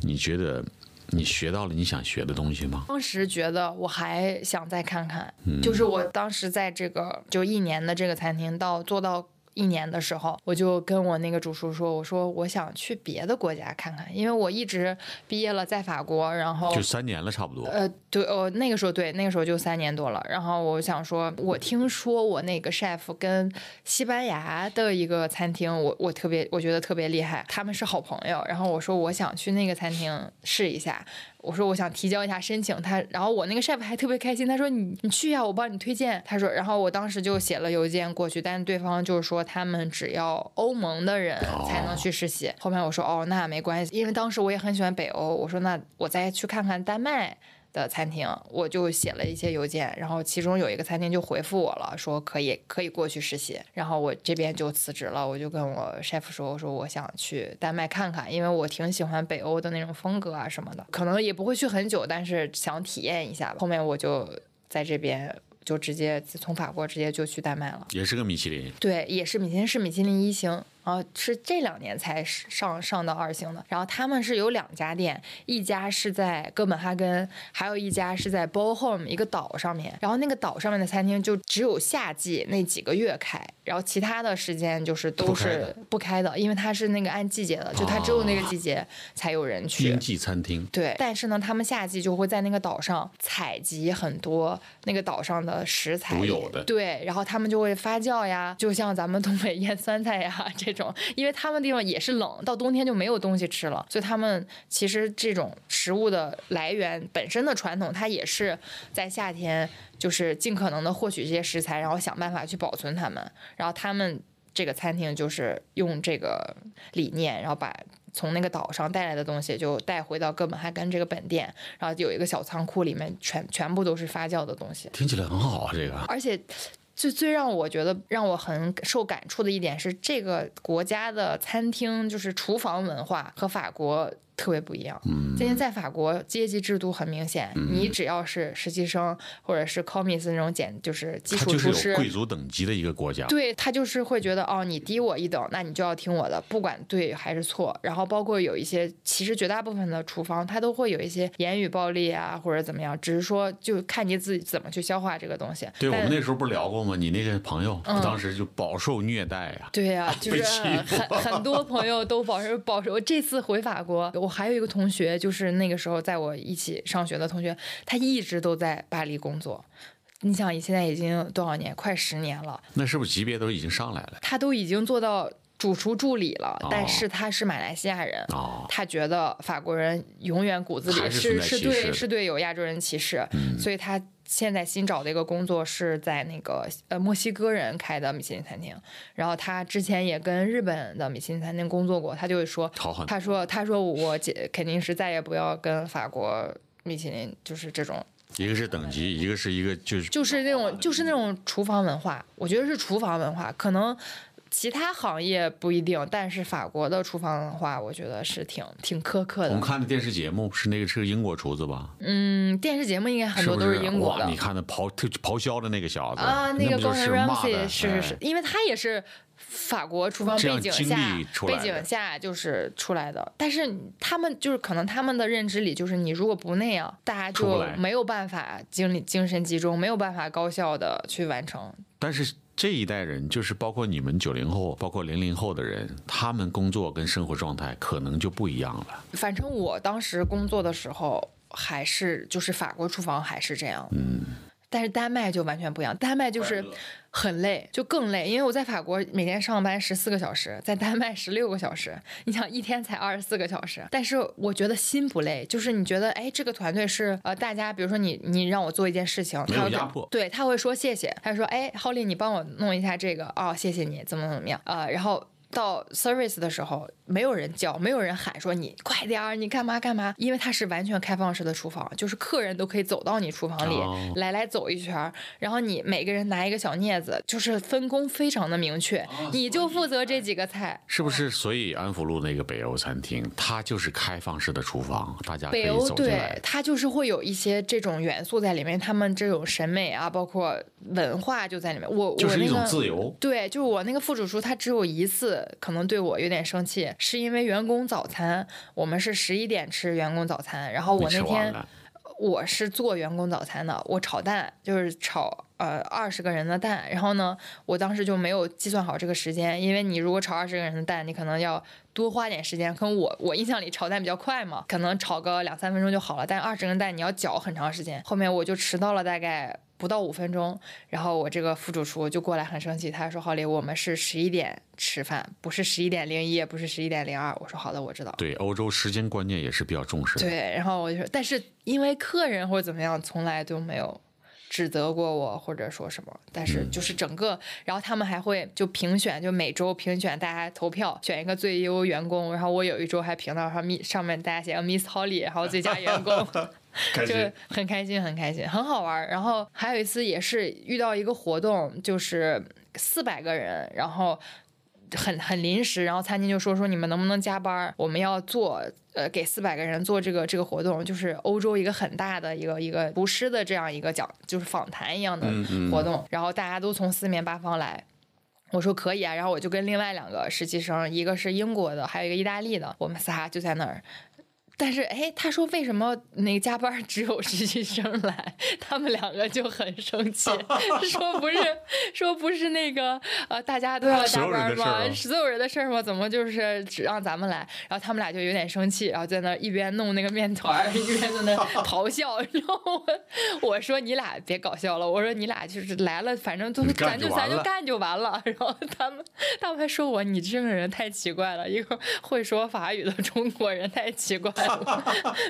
Speaker 1: 你觉得你学到了你想学的东西吗？
Speaker 2: 当时觉得我还想再看看，就是我当时在这个就一年的这个餐厅到做到。一年的时候，我就跟我那个主厨说：“我说我想去别的国家看看，因为我一直毕业了在法国，然后
Speaker 1: 就三年了，差不多。
Speaker 2: 呃，对，哦，那个时候对，那个时候就三年多了。然后我想说，我听说我那个 chef 跟西班牙的一个餐厅，我我特别我觉得特别厉害，他们是好朋友。然后我说我想去那个餐厅试一下，我说我想提交一下申请。他，然后我那个 chef 还特别开心，他说你你去呀、我帮你推荐。他说，然后我当时就写了邮件过去，但是对方就是说他们只要欧盟的人才能
Speaker 1: 哦
Speaker 2: 去。去实习。后面我说哦，那没关系，因为当时我也很喜欢北欧，我说那我再去看看丹麦。的餐厅，我就写了一些邮件，然后其中有一个餐厅就回复我了，说可以可以过去实习，然后我这边就辞职了，我就跟我 chef 说，我说我想去丹麦看看，因为我挺喜欢北欧的那种风格啊什么的，可能也不会去很久，但是想体验一下吧。后面我就在这边就直接从法国直接就去丹麦了。
Speaker 1: 也是个米其林，
Speaker 2: 对，也是米其林是米其林一星，然后是这两年才上上到二星的。然后他们是有两家店，一家是在哥本哈根，还有一家是在 Boholm 一个岛上面。然后那个岛上面的餐厅就只有夏季那几个月开，然后其他的时间就是都
Speaker 1: 不开
Speaker 2: 是
Speaker 1: 的
Speaker 2: 不开的，因为它是那个按季节的，就它只有那个季节才有人去。
Speaker 1: 经济餐厅。
Speaker 2: 对，但是呢，他们夏季就会在那个岛上采集很多那个岛上的食材，
Speaker 1: 独有的
Speaker 2: 对，然后他们就会发酵呀，就像咱们东北腌酸菜呀这种，因为他们地方也是冷，到冬天就没有东西吃了，所以他们其实这种食物的来源本身的传统，它也是在夏天就是尽可能的获取这些食材，然后想办法去保存它们，然后他们。这个餐厅就是用这个理念，然后把从那个岛上带来的东西就带回到哥本哈根这个本店，然后有一个小仓库，里面全全部都是发酵的东西，嗯
Speaker 1: 听起来很好啊，这个
Speaker 2: 而且最最让我觉得让我很受感触的一点是，这个国家的餐厅就是厨房文化和法国特别不一样。
Speaker 1: 嗯
Speaker 2: 今天在法国阶级制度很明显，
Speaker 1: 嗯
Speaker 2: 你只要是实习生或者是 commis 那种简就是基
Speaker 1: 它
Speaker 2: 础
Speaker 1: 就是
Speaker 2: 厨师
Speaker 1: 有，贵族等级的一个国家，
Speaker 2: 对他就是会觉得哦，你低我一等，那你就要听我的，不管对还是错。然后包括有一些，其实绝大部分的厨房他都会有一些言语暴力啊，或者怎么样，只是说就看你自己怎么去消化这个东西。
Speaker 1: 对，我
Speaker 2: 但
Speaker 1: 们那时候不是聊过吗？你那个朋友
Speaker 2: 嗯
Speaker 1: 当时就饱受虐待啊呀、
Speaker 2: 对呀、
Speaker 1: [laughs]
Speaker 2: 就
Speaker 1: 被
Speaker 2: 是
Speaker 1: 欺
Speaker 2: 很很很多朋友都饱受饱受。我这次回法国，我还有一个同学，就是那个时候在我一起上学的同学，他一直都在巴黎工作。你想，你现在已经多少年？快十年了，
Speaker 1: 那是不是级别都已经上来了？
Speaker 2: 他都已经做到主厨助理了，
Speaker 1: 哦
Speaker 2: 但是他是马来西亚人。
Speaker 1: 哦，
Speaker 2: 他觉得法国人永远骨子
Speaker 1: 还
Speaker 2: 里
Speaker 1: 是
Speaker 2: 是
Speaker 1: 存在
Speaker 2: 是
Speaker 1: 歧视
Speaker 2: 对
Speaker 1: 的
Speaker 2: 是对有亚洲人歧视，
Speaker 1: 嗯
Speaker 2: 所以他现在新找的一个工作是在那个呃墨西哥人开的米其林餐厅，然后他之前也跟日本的米其林餐厅工作过，他就会说，
Speaker 1: 好狠，
Speaker 2: 他说他说我姐肯定是再也不要跟法国米其林就是这种
Speaker 1: 一个是等级，一个是一个就是
Speaker 2: 就是那
Speaker 1: 嗯
Speaker 2: 种就是那种厨房文化，我觉得是厨房文化，可能其他行业不一定，但是法国的厨房文化，我觉得是挺挺苛刻
Speaker 1: 我们
Speaker 2: 的。
Speaker 1: 看的电视节目是那个是个英国厨子吧？
Speaker 2: 嗯，电视节目应该很
Speaker 1: 是
Speaker 2: 多
Speaker 1: 不
Speaker 2: 都
Speaker 1: 是
Speaker 2: 英国
Speaker 1: 哇，
Speaker 2: 的
Speaker 1: 你看那咆特咆哮的那个小子
Speaker 2: 啊，
Speaker 1: 那
Speaker 2: 个
Speaker 1: 不就
Speaker 2: Gordon
Speaker 1: 是骂的哎
Speaker 2: Ramsay 是是是，因为他也是法国厨房
Speaker 1: 这
Speaker 2: 背
Speaker 1: 样
Speaker 2: 景
Speaker 1: 经
Speaker 2: 下
Speaker 1: 历出
Speaker 2: 背
Speaker 1: 来的
Speaker 2: 景下就是出来的，但是他们就是可能他们的认知里就是你如果不那样，大家
Speaker 1: 出不
Speaker 2: 就
Speaker 1: 来
Speaker 2: 没有办法精力精神集中，没有办法高效的去完成
Speaker 1: 但是这一代人，就是包括你们九零后，包括零零后的人，他们工作跟生活状态可能就不一样了。
Speaker 2: 反正我当时工作的时候，还是就是法国厨房还是这样，
Speaker 1: 嗯，
Speaker 2: 但是丹麦就完全不一样。丹麦就是很累，就更累，因为我在法国每天上班十四个小时，在丹麦十六个小时，你想一天才二十四个小时， [laughs] 但是我觉得心不累，就是你觉得哎，这个团队是呃，大家比如说你你让我做一件事情，
Speaker 1: 没有
Speaker 2: 他会
Speaker 1: 压迫
Speaker 2: 对他会说谢谢，他说哎，浩丽你帮我弄一下这个，哦，谢谢你，怎么怎么样，呃，然后。到 service 的时候，没有人叫，没有人喊说你快点儿，你干嘛干嘛？因为它是完全开放式的厨房，就是客人都可以走到你厨房里、
Speaker 1: 哦
Speaker 2: 来来走一圈儿，然后你每个人拿一个小镊子，就是分工非常的明确，
Speaker 1: 哦
Speaker 2: 你就负责这几个菜。
Speaker 1: 是不是？所以安福路那个北欧餐厅，它就是开放式的厨房，大家可以
Speaker 2: 北欧
Speaker 1: 走进
Speaker 2: 对
Speaker 1: 来。
Speaker 2: 它就是会有一些这种元素在里面，他们这种审美啊，包括文化就在里面。我
Speaker 1: 就
Speaker 2: 我
Speaker 1: 是
Speaker 2: 那
Speaker 1: 一种
Speaker 2: 个
Speaker 1: 自由，
Speaker 2: 对，就是我那个副主厨，他只有一次可能对我有点生气，是因为员工早餐，我们是十一点吃员工早餐，然后我
Speaker 1: 你吃
Speaker 2: 那
Speaker 1: 完
Speaker 2: 天
Speaker 1: 了，
Speaker 2: 我是做员工早餐的，我炒蛋就是炒呃二十个人的蛋，然后呢，我当时就没有计算好这个时间，因为你如果炒二十个人的蛋，你可能要多花点时间。可能我我印象里炒蛋比较快嘛，可能炒个两三分钟就好了，但二十个人蛋你要搅很长时间。后面我就迟到了大概。不到五分钟，然后我这个副主厨就过来很生气，他说：“浩丽，我们是十一点吃饭，不是十一点零一，也不是十一点零二。”我说：“好的，我知道。”
Speaker 1: 对欧洲时间观念也是比较重视的。
Speaker 2: 对，然后我就说，但是因为客人或者怎么样，从来都没有指责过我或者说什么。但是就是整个，然后他们还会就评选，就每周评选大家投票选一个最优员工，然后我有一周还评到上面上面大家写呃 Miss Holly，然后最佳员工。
Speaker 1: 开
Speaker 2: 就
Speaker 1: 始
Speaker 2: 很开心，很开心，很好玩儿。然后还有一次也是遇到一个活动，就是四百个人，然后很很临时，然后餐厅就说说你们能不能加班儿，我们要做呃给四百个人做这个这个活动，就是欧洲一个很大的一个一个厨师的这样一个讲，就是访谈一样的
Speaker 1: 嗯嗯
Speaker 2: 活动，然后大家都从四面八方来。我说可以啊，然后我就跟另外两个实习生，一个是英国的，还有一个意大利的，我们仨就在那儿。但是哎，他说为什么那个加班儿只有实习生来？他们两个就很生气， [laughs] 说不是说不是那个呃，大家都要
Speaker 1: 所
Speaker 2: 加
Speaker 1: 有人
Speaker 2: 班
Speaker 1: 的事儿
Speaker 2: 吗
Speaker 1: 啊？
Speaker 2: 所有人的事儿吗？怎么就是只让咱们来？然后他们俩就有点生气，然后在那儿一边弄那个面团儿，一边在
Speaker 1: [laughs]
Speaker 2: 那儿咆哮。然后我我说你俩别搞笑了，我说你俩就是来了，反正都
Speaker 1: 你干
Speaker 2: 咱
Speaker 1: 就
Speaker 2: 就
Speaker 1: 完
Speaker 2: 咱就
Speaker 1: 了
Speaker 2: 干就完了。然后他们他们还说我你这个人太奇怪了，一个会说法语的中国人太奇怪了，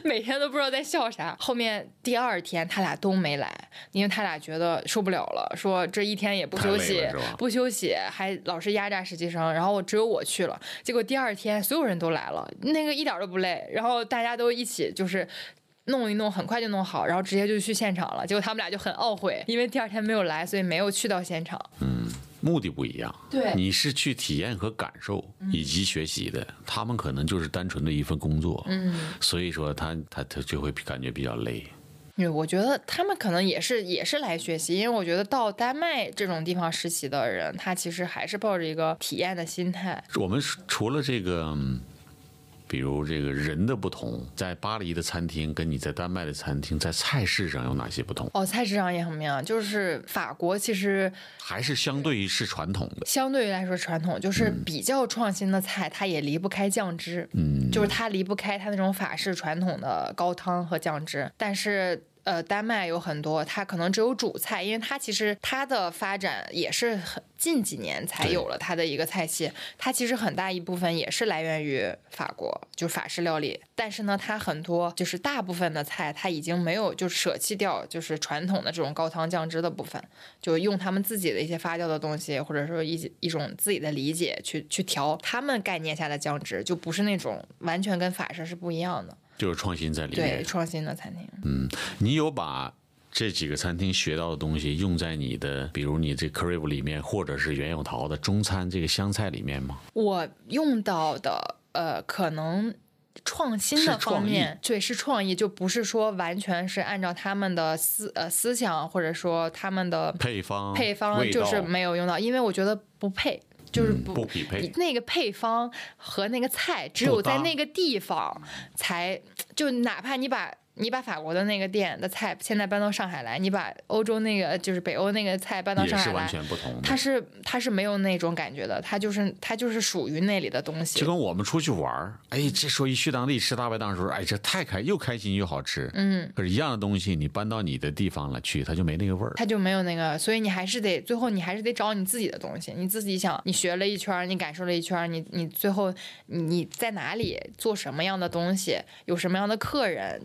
Speaker 2: 每天都不知道在笑啥。后面第二天他俩都没来，因为他俩觉得受不了了，说这一天也不
Speaker 1: 太
Speaker 2: 休
Speaker 1: 累
Speaker 2: 息
Speaker 1: 了是吧，
Speaker 2: 不休息还老是压榨实习生，然后只有我去了，结果第二天所有人都来了，那个一点儿都不累，然后大家都一起就是。弄一弄，很快就弄好，然后直接就去现场了。结果他们俩就很懊悔，因为第二天没有来，所以没有去到现场。
Speaker 1: 目的不一样。
Speaker 3: 对
Speaker 1: 你是去体验和感受以及学习的，他们可能就是单纯的一份工作。嗯，所以说他他他就会感觉比较累。
Speaker 2: 对，嗯我觉得他们可能也是也是来学习，因为我觉得到丹麦这种地方实习的人，他其实还是抱着一个体验的心态。
Speaker 1: 我们除除了这个，嗯比如这个人的不同，在巴黎的餐厅跟你在丹麦的餐厅，在菜式上有哪些不同？
Speaker 2: 哦，菜市场也很妙，就是法国其实
Speaker 1: 还是相对于是传统的，
Speaker 2: 相对于来说传统，就是比较创新的菜，它也离不开酱汁，
Speaker 1: 嗯，
Speaker 2: 就是它离不开它那种法式传统的高汤和酱汁，但是。呃，丹麦有很多，它可能只有主菜，因为它其实它的发展也是很近几年才
Speaker 1: 对
Speaker 2: 有了它的一个菜系，它其实很大一部分也是来源于法国，就是法式料理。但是呢，它很多就是大部分的菜，它已经没有就舍弃掉就是传统的这种高汤酱汁的部分，就用他们自己的一些发酵的东西，或者说一一种自己的理解去去调他们概念下的酱汁，就不是那种完全跟法式是不一样的。
Speaker 1: 就是创新在里
Speaker 2: 对，
Speaker 1: 面。
Speaker 2: 创新的餐厅。
Speaker 1: 你有把这几个餐厅学到的东西用在你的，比如你这 crib 里面，或者是袁咏桃的中餐这个湘菜里面吗？
Speaker 2: 我用到的呃，可能创新
Speaker 1: 是
Speaker 2: 的方
Speaker 1: 创意
Speaker 2: 面，对，是创意，就不是说完全是按照他们的思呃思想或者说他们的
Speaker 1: 配方、
Speaker 2: 配方，
Speaker 1: 味
Speaker 2: 就
Speaker 1: 道嗯
Speaker 2: 是嗯没有用到，因为我觉得不配，就是不、
Speaker 1: 不匹配。
Speaker 2: 那个配方和那个菜，只
Speaker 1: 不
Speaker 2: 有在
Speaker 1: 哎搭
Speaker 2: 那个地方才，就哪怕你把你把法国的那个店的菜现在搬到上海来，你把欧洲那个就是北欧那个菜搬到
Speaker 1: 也
Speaker 2: 上
Speaker 1: 是
Speaker 2: 海
Speaker 1: 完
Speaker 2: 来，
Speaker 1: 全不同
Speaker 2: 它
Speaker 1: 的，
Speaker 2: 是它是没有那种感觉的，它就是它就是属于那里的东西
Speaker 1: 就。跟我们出去玩儿，哎，这说一去当地吃大排档的时候，哎，这太开又开心又好吃，
Speaker 2: 嗯，
Speaker 1: 可是，一样的东西你搬到你的地方了去，它就没那个味儿。
Speaker 2: 它就没有那个，所以你还是得最后你还是得找你自己的东西。你自己想，你学了一圈儿，你感受了一圈儿，你你最后你你在哪里做什么样的东西，有什么样的客人，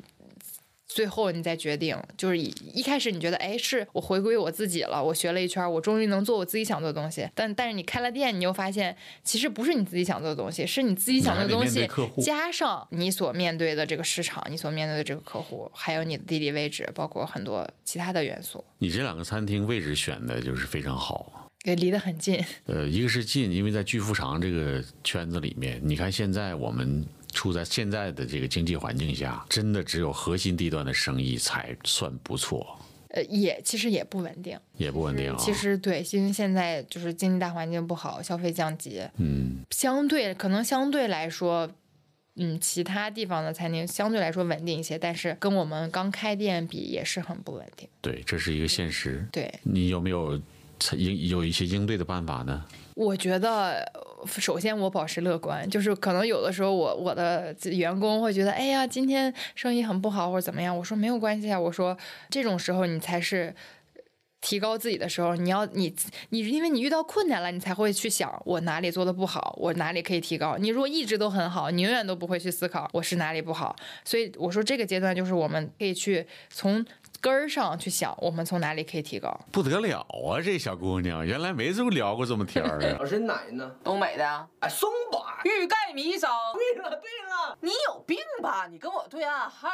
Speaker 2: 最后你再决定。就是一一开始你觉得，哎，是我回归我自己了，我学了一圈儿，我终于能做我自己想做的东西。但但是你开了店，你又发现其实不是你自己想做的东西，是你自己想做的
Speaker 1: 你还得
Speaker 2: 东
Speaker 1: 面对
Speaker 2: 西
Speaker 1: 客户
Speaker 2: 加上你所面对的这个市场，你所面对的这个客户，还有你的地理位置，包括很多其他的元素。
Speaker 1: 你这两个餐厅位置选的就是非常好，
Speaker 2: 也离得很近。
Speaker 1: 呃，一个是近，因为在巨富长这个圈子里面，你看现在我们处在现在的这个经济环境下，真的只有核心地段的生意才算不错，
Speaker 2: 呃，也其实也不稳定。
Speaker 1: 也不稳定啊。
Speaker 2: 其实对，因为现在就是经济大环境不好，消费降级，
Speaker 1: 嗯，
Speaker 2: 相对可能相对来说，嗯，其他地方的餐厅相对来说稳定一些，但是跟我们刚开店比也是很不稳定。
Speaker 1: 对，这是一个现实。
Speaker 2: 对，
Speaker 1: 你有没有应有一些应对的办法呢？
Speaker 2: 我觉得，呃首先我保持乐观，就是可能有的时候我我的员工会觉得，哎呀，今天生意很不好或者怎么样，我说没有关系啊，我说这种时候你才是。提高自己的时候，你要你你，因为你遇到困难了，你才会去想我哪里做的不好，我哪里可以提高。你如果一直都很好，你永远都不会去思考我是哪里不好。所以我说这个阶段就是我们可以去从根儿上去想，我们从哪里可以提高。
Speaker 1: [laughs] 不得了啊，这小姑娘原来没这么聊过这么天儿啊
Speaker 4: 老。师你奶奶呢？
Speaker 5: 东北的啊
Speaker 4: 哎，松柏儿。
Speaker 5: 欲盖弥彰。
Speaker 4: [laughs] 对了对了，
Speaker 5: 你有病吧？你跟我对暗号，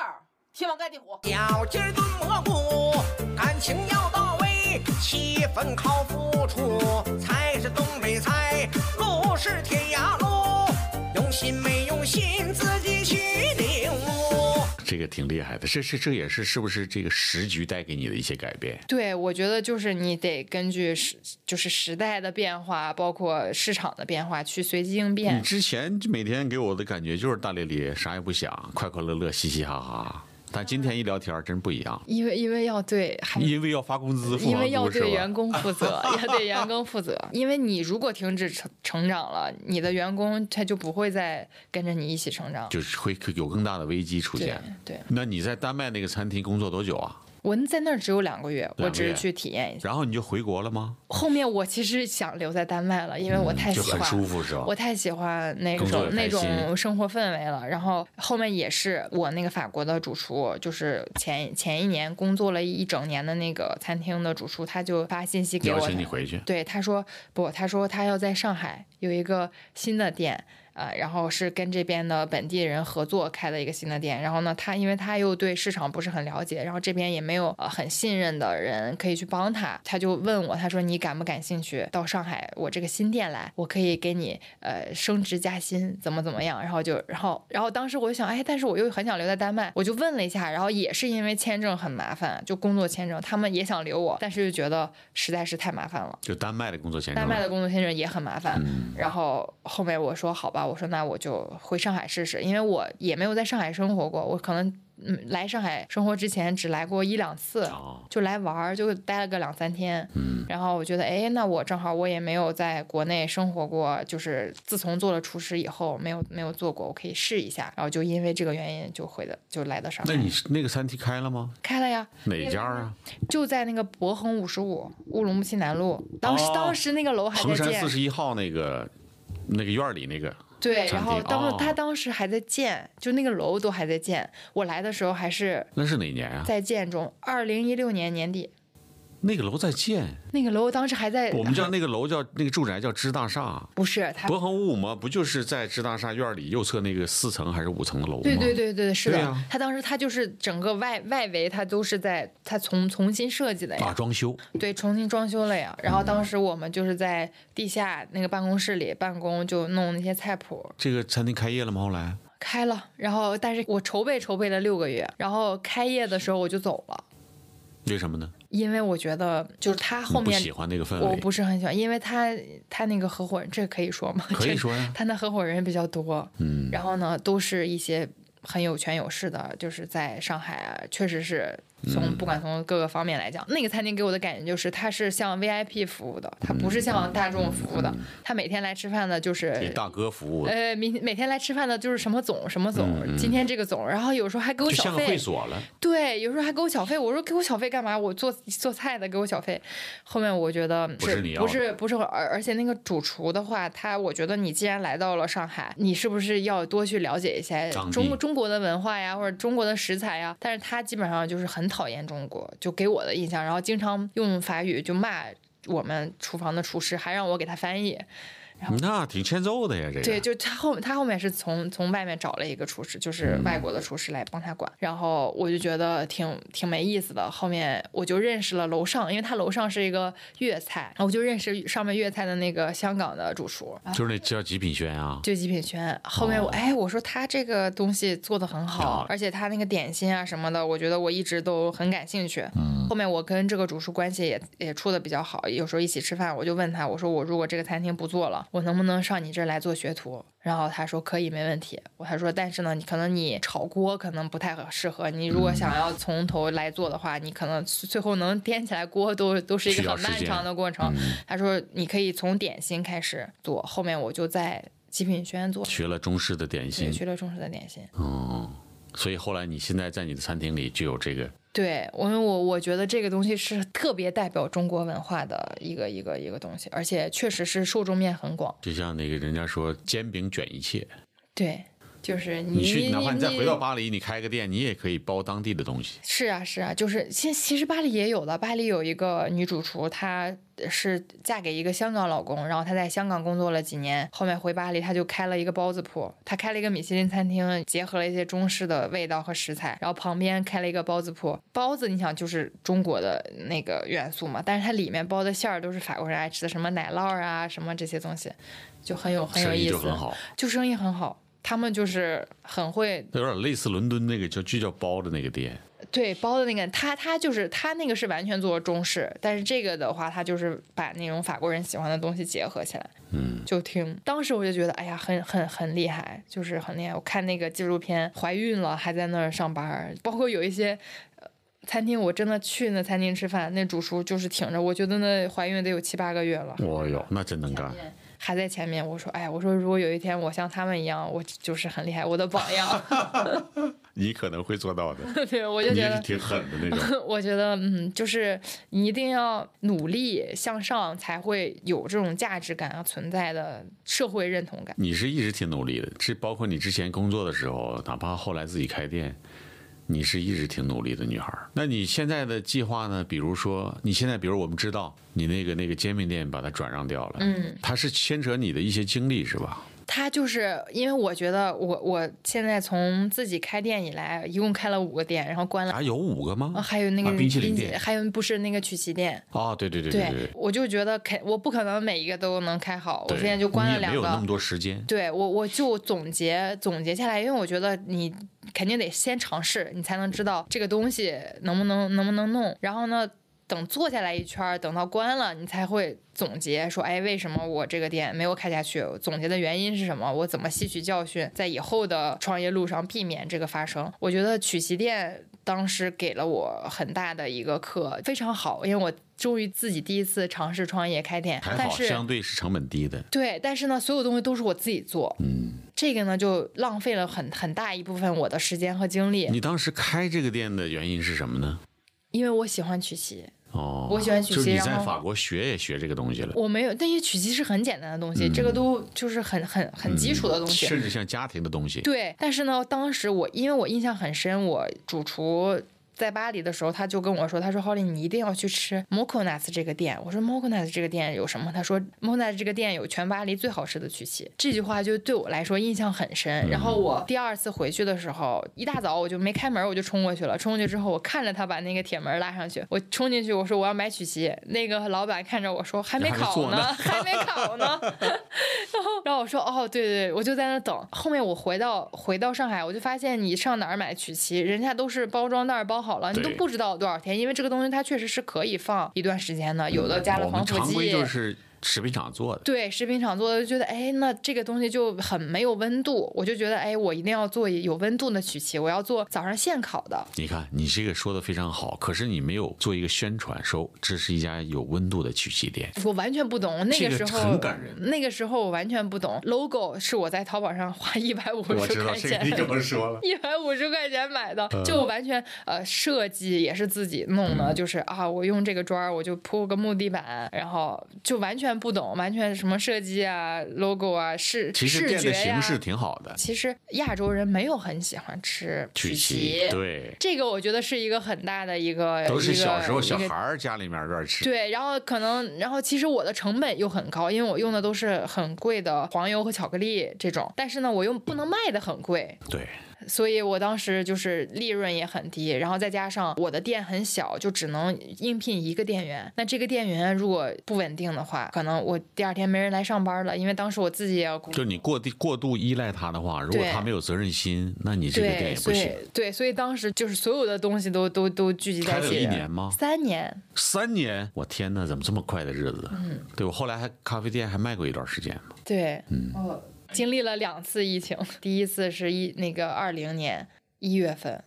Speaker 5: 天王盖地虎。
Speaker 6: 小鸡儿炖蘑菇，感情要到位，气氛靠付出，菜是东北菜，路是天涯路，用心没用心自己去领悟。
Speaker 1: [laughs] 这个挺厉害的，这是这也是是不是这个时局带给你的一些改变？
Speaker 2: 对，我觉得就是你得根据时，就是时代的变化，包括市场的变化去随机应变。
Speaker 1: 你之前每天给我的感觉就是大咧咧，啥也不想，快快乐乐，嘻嘻哈哈。但今天一聊天儿真不一样，
Speaker 2: 因为因为要对，还
Speaker 1: 因为要发工资，付
Speaker 2: 因为
Speaker 1: 房
Speaker 2: 要
Speaker 1: 租是
Speaker 2: 对
Speaker 1: 吧
Speaker 2: 员？工负责，要对员工负责。因为你如果停止成成长了，你的员工他就不会再跟着你一起成长。
Speaker 1: 就是会会有更大的危机出
Speaker 2: 对
Speaker 1: 现。
Speaker 2: 对，
Speaker 1: 那你在丹麦那个餐厅工作多久啊？
Speaker 2: 我在那儿只有两个月，我
Speaker 1: 两个
Speaker 2: 只
Speaker 1: 月
Speaker 2: 是去体验一下。
Speaker 1: 然后你就回国了吗？
Speaker 2: 后面我其实想留在丹麦了，因为我太
Speaker 1: 嗯就
Speaker 2: 喜
Speaker 1: 很
Speaker 2: 欢，
Speaker 1: 舒服是吧？
Speaker 2: 我太喜欢那
Speaker 1: 工作
Speaker 2: 种
Speaker 1: 也
Speaker 2: 那
Speaker 1: 开心
Speaker 2: 种生活氛围了。然后后面也是我那个法国的主厨，就是前前一年工作了一整年的那个餐厅的主厨，他就发信息给
Speaker 1: 邀
Speaker 2: 我，
Speaker 1: 请你
Speaker 2: 他
Speaker 1: 回去，
Speaker 2: 对他说不，他说他要在上海有一个新的店。呃，然后是跟这边的本地人合作开的一个新的店。然后呢，他因为他又对市场不是很了解，然后这边也没有呃很信任的人可以去帮他，他就问我，他说你感不感兴趣到上海我这个新店来？我可以给你呃升职加薪，怎么怎么样？然后就然后然后当时我就想，哎，但是我又很想留在丹麦，我就问了一下，然后也是因为签证很麻烦，就工作签证，他们也想留我，但是就觉得实在是太麻烦了。
Speaker 1: 就丹麦的工作签证
Speaker 2: 丹
Speaker 1: 吗，
Speaker 2: 麦的工作签证也很麻烦。
Speaker 1: 嗯
Speaker 2: 然后后面我说好吧，我说那我就回上海试试，因为我也没有在上海生活过，我可能嗯来上海生活之前只来过一两次，
Speaker 1: 哦，
Speaker 2: 就来玩儿，就待了个两三天。
Speaker 1: 嗯，
Speaker 2: 然后我觉得，哎，那我正好我也没有在国内生活过，就是自从做了厨师以后，没有没有做过，我可以试一下。然后就因为这个原因，就回的就来到上
Speaker 1: 那
Speaker 2: 海，
Speaker 1: 你是那个餐厅开了吗？
Speaker 2: 开了呀。
Speaker 1: 哪家啊？
Speaker 2: 就在那个博恒五十五乌鲁木齐南路，当时、
Speaker 1: 哦
Speaker 2: 当时那个楼还
Speaker 1: 衡
Speaker 2: 在
Speaker 1: 山
Speaker 2: 建
Speaker 1: 四，十一号那个那个院儿里那个
Speaker 2: 对，
Speaker 1: 餐
Speaker 2: 然后
Speaker 1: 厅
Speaker 2: 当时
Speaker 1: 哦
Speaker 2: 他当时还在建，就那个楼都还在建。我来的时候还是
Speaker 1: 那是哪年啊？
Speaker 2: 在建中，二零一六年年底，
Speaker 1: 那个楼在建，
Speaker 2: 那个楼当时还在。
Speaker 1: 我们叫那个楼叫那个住宅叫知大厦，
Speaker 2: 不是他，
Speaker 1: 博恒五五吗？不就是在知大厦院儿里右侧那个四层还是五层的楼吗？
Speaker 2: 对对对对，是的，
Speaker 1: 对啊
Speaker 2: 他当时他就是整个外外围他都是在他重重新设计的呀。
Speaker 1: 啊，装修
Speaker 2: 对，重新装修了呀。然后当时我们就是在地下那个办公室里办公，就弄那些菜谱，
Speaker 1: 这个餐厅开业了吗？后来
Speaker 2: 开了。然后但是我筹备筹备了六个月，然后开业的时候我就走了，
Speaker 1: 为什么呢？
Speaker 2: 因为我觉得就是他后
Speaker 1: 你不
Speaker 2: 面
Speaker 1: 喜欢那个氛
Speaker 2: 我
Speaker 1: 围，
Speaker 2: 不是很喜欢，因为他他那个合伙人，这个可以说吗？
Speaker 1: 可以
Speaker 2: 这
Speaker 1: 说呀，
Speaker 2: 他那合伙人比较多，
Speaker 1: 嗯，
Speaker 2: 然后呢，都是一些很有权有势的，就是在上海啊，确实是从
Speaker 1: 嗯
Speaker 2: 不管从各个方面来讲，那个餐厅给我的感觉就是它是向 VIP 服务的，它不是向大众服务的，他每天来吃饭的就是
Speaker 1: 给嗯大哥服务的，
Speaker 2: 呃，每每天来吃饭的就是什么总什么总，今天这个总，然后有时候还给我
Speaker 1: 嗯就
Speaker 2: 小
Speaker 1: 像个
Speaker 2: 费，
Speaker 1: 会所了。
Speaker 2: 对，有时候还给我小费，我说给我小费干嘛？我做做菜的给我小费。后面我觉得
Speaker 1: 不是你要
Speaker 2: 不
Speaker 1: 的
Speaker 2: 是不是，而而且那个主厨的话，他我觉得你既然来到了上海，你是不是要多去了解一下
Speaker 1: 当地
Speaker 2: 中中国的文化呀，或者中国的食材呀？但是他基本上就是很讨厌中国，就给我的印象，然后经常用法语就骂我们厨房的厨师，还让我给他翻译。
Speaker 1: 那挺欠揍的呀，这个。
Speaker 2: 对，就他后他后面是从从外面找了一个厨师，
Speaker 1: 嗯
Speaker 2: 就是外国的厨师来帮他管，然后我就觉得挺挺没意思的。后面我就认识了楼上，因为他楼上是一个粤菜，我就认识上面粤菜的那个香港的主厨，
Speaker 1: 就是那叫极品轩啊，
Speaker 2: 就极品轩。后面我、
Speaker 1: 哦
Speaker 2: 哎，我说他这个东西做的很好
Speaker 1: 啊，
Speaker 2: 而且他那个点心啊什么的，我觉得我一直都很感兴趣。
Speaker 1: 嗯
Speaker 2: 后面我跟这个主厨关系也也处的比较好，有时候一起吃饭，我就问他，我说我如果这个餐厅不做了，我能不能上你这儿来做学徒？然后他说可以，没问题。我他说，但是呢，你可能你炒锅可能不太适合，你如果想
Speaker 1: 嗯
Speaker 2: 要从头来做的话，你可能最后能颠起来锅都都是一
Speaker 1: 需要
Speaker 2: 个很
Speaker 1: 时
Speaker 2: 漫
Speaker 1: 间
Speaker 2: 长的过程。
Speaker 1: 嗯
Speaker 2: 他说你可以从点心开始做，后面我就在极品轩做，
Speaker 1: 学了中式的点
Speaker 2: 对，
Speaker 1: 心，
Speaker 2: 学了中式的点心。
Speaker 1: 嗯，所以后来你现在在你的餐厅里就有这个，
Speaker 2: 对，我因为我我觉得这个东西是特别代表中国文化的一个一个一个东西，而且确实是受众面很广。
Speaker 1: 就像那个人家说煎饼卷一切，
Speaker 2: 对，就是你
Speaker 1: 你去哪怕你再回到巴黎，你开个店，你也可以包当地的东西。
Speaker 2: 是啊，是啊，就是其其实巴黎也有的，巴黎有一个女主厨，她是嫁给一个香港老公，然后她在香港工作了几年，后面回巴黎，她就开了一个包子铺，她开了一个米其林餐厅，结合了一些中式的味道和食材，然后旁边开了一个包子铺，包子你想就是中国的那个元素嘛，但是它里面包的馅儿都是法国人爱吃的，什么奶酪啊，什么这些东西，就很有很有
Speaker 1: 生意
Speaker 2: 意思，
Speaker 1: 就很，好，
Speaker 2: 就生意很好，他们就是很会
Speaker 1: 有点类似伦敦那个叫就叫包的那个店，
Speaker 2: 对包的那个，他他就是他那个是完全做中式，但是这个的话，他就是把那种法国人喜欢的东西结合起来，
Speaker 1: 嗯，
Speaker 2: 就挺。当时我就觉得，哎呀，很很很厉害，就是很厉害。我看那个纪录片，怀孕了还在那儿上班儿，包括有一些。呃餐厅我真的去那餐厅吃饭，那主厨就是挺着，我觉得那怀孕得有七八个月了，
Speaker 1: 我有，那真能干，
Speaker 2: 还在前面。我说，哎，我说如果有一天我像他们一样，我就是很厉害，我的榜样。 [laughs]
Speaker 1: 你可能会做到的，
Speaker 2: 对，我就
Speaker 1: 你
Speaker 2: 觉
Speaker 1: 也
Speaker 2: 得
Speaker 1: 是挺狠的那种。
Speaker 2: 我觉得，嗯，就是你一定要努力向上，才会有这种价值感啊存在的社会认同感。
Speaker 1: 你是一直挺努力的，这包括你之前工作的时候，哪怕后来自己开店，你是一直挺努力的女孩儿。那你现在的计划呢？比如说，你现在比如我们知道你那个那个煎饼店把它转让掉了，
Speaker 2: 嗯，
Speaker 1: 它是牵扯你的一些经历是吧？
Speaker 2: 他就是因为我觉得我我现在从自己开店以来，一共开了五个店，然后关了，
Speaker 1: 还有五个
Speaker 2: 啊
Speaker 1: 吗？
Speaker 2: 还有那个
Speaker 1: 啊冰淇淋店
Speaker 2: 还有不是那个曲奇店，
Speaker 1: 啊，对对对对对，
Speaker 2: 我就觉得肯我不可能每一个都能开好，我
Speaker 1: 对
Speaker 2: 现在就关
Speaker 1: 你也
Speaker 2: 了两
Speaker 1: 没有那么
Speaker 2: 个。
Speaker 1: 多时间。
Speaker 2: 对我，我就总结总结下来，因为我觉得你肯定得先尝试，你才能知道这个东西能不能能不能弄。然后呢，等做下来一圈儿，等到关了，你才会总结说，哎，为什么我这个店没有开下去？总结的原因是什么？我怎么吸取教训，在以后的创业路上避免这个发生？我觉得曲奇店当时给了我很大的一个课，非常好，因为我终于自己第一次尝试创业开店，
Speaker 1: 还
Speaker 2: 但
Speaker 1: 好，
Speaker 2: 是
Speaker 1: 相对是成本低的。
Speaker 2: 对，但是呢，所有东西都是我自己做，
Speaker 1: 嗯，
Speaker 2: 这个呢就浪费了很很大一部分我的时间和精力，
Speaker 1: 你当时开这个店的原因是什么呢？
Speaker 2: 因为我喜欢曲奇。
Speaker 1: 哦，
Speaker 2: 我喜欢曲奇
Speaker 1: 就是你
Speaker 2: 然
Speaker 1: 在
Speaker 2: 后
Speaker 1: 法国学也学这个东西了，
Speaker 2: 我没有，但因为曲奇是很简单的东
Speaker 1: 嗯
Speaker 2: 西，这个都就是很很很基础的东西。
Speaker 1: 甚至像家庭的东西。
Speaker 2: 对，但是呢，当时我因为我印象很深，我主厨。在巴黎的时候，他就跟我说：“他说 Holly，你一定要去吃 Moco Nuts 这个店。”我说：“Moco Nuts 这个店有什么？”他说：“Moco Nuts 这个店有全巴黎最好吃的曲奇。”这句话就对我来说印象很
Speaker 1: 嗯
Speaker 2: 深。然后我第二次回去的时候，一大早我就没开门，我就冲过去了。冲过去之后，我看着他把那个铁门拉上去，我冲进去，我说：“我要买曲奇。”那个老板看着我说：“还没
Speaker 1: [laughs] 还没
Speaker 2: 烤
Speaker 1: 做
Speaker 2: 呢
Speaker 1: 呢，
Speaker 2: [laughs] 还没烤呢。”然后然后我说哦，对对，对我就在那儿等。后面我回到回到上海，我就发现你上哪儿买曲奇，人家都是包装袋儿包好了，你都
Speaker 1: 对
Speaker 2: 不知道多少天，因为这个东西它确实是可以放一段时间的，有的加了
Speaker 1: 哦我们
Speaker 2: 防腐
Speaker 1: 常规
Speaker 2: 剂。
Speaker 1: 就是食品厂做的。
Speaker 2: 对食品厂做的，就觉得哎，那这个东西就很没有温度，我就觉得哎，我一定要做有温度的曲奇，我要做早上现烤的。
Speaker 1: 你看，你这个说的非常好，可是你没有做一个宣传，说这是一家有温度的曲奇店。
Speaker 2: 我完全不懂，那
Speaker 1: 这
Speaker 2: 个
Speaker 1: 个
Speaker 2: 时候
Speaker 1: 很感人
Speaker 2: 那个时候我完全不懂，logo 是我在淘宝上花一百五十
Speaker 1: 我知道
Speaker 2: 块
Speaker 1: 这个，
Speaker 2: 钱，
Speaker 1: 你跟我说了。嗯
Speaker 2: 一百五十块钱买的，就完全呃设计也是自己弄的，就是啊，我用这个砖儿我就铺个木地板，然后就完全不懂，完全什么设计啊、logo 啊、视
Speaker 1: 其实
Speaker 2: 视
Speaker 1: 店的
Speaker 2: 觉呀
Speaker 1: 形。式挺好的，
Speaker 2: 其实亚洲人没有很喜欢吃
Speaker 1: 曲
Speaker 2: 奇，
Speaker 1: 奇对，
Speaker 2: 这个我觉得是一个很大的一个，
Speaker 1: 都是小时候小
Speaker 2: 一个
Speaker 1: 孩儿家里面乱吃。
Speaker 2: 对，然后可能，然后其实我的成本又很高，因为我用的都是很贵的黄油和巧克力这种，但是呢，我又不能卖的很贵，
Speaker 1: 对，
Speaker 2: 所以我当时就是利润也很低，然后再加上我的店很小，就只能应聘一个店员。那这个店员如果不稳定的话，可能我第二天没人来上班了，因为当时我自己也要顾。
Speaker 1: 就你过地过度依赖他的话，如果
Speaker 2: 对
Speaker 1: 他没有责任心，那你这个店
Speaker 2: 对，
Speaker 1: 也不
Speaker 2: 所以
Speaker 1: 行。
Speaker 2: 对，所以当时就是所有的东西都都都聚集在
Speaker 1: 开
Speaker 2: 一
Speaker 1: 了
Speaker 2: 起。
Speaker 1: 一年吗
Speaker 2: 三年。
Speaker 1: 三年，我天呐，怎么这么快的日子？嗯，对我后来还咖啡店还卖过一段时间嘛。
Speaker 2: 对，
Speaker 1: 嗯
Speaker 3: 哦，
Speaker 2: 经历了两次疫情，第一次是一那个二零年一月份，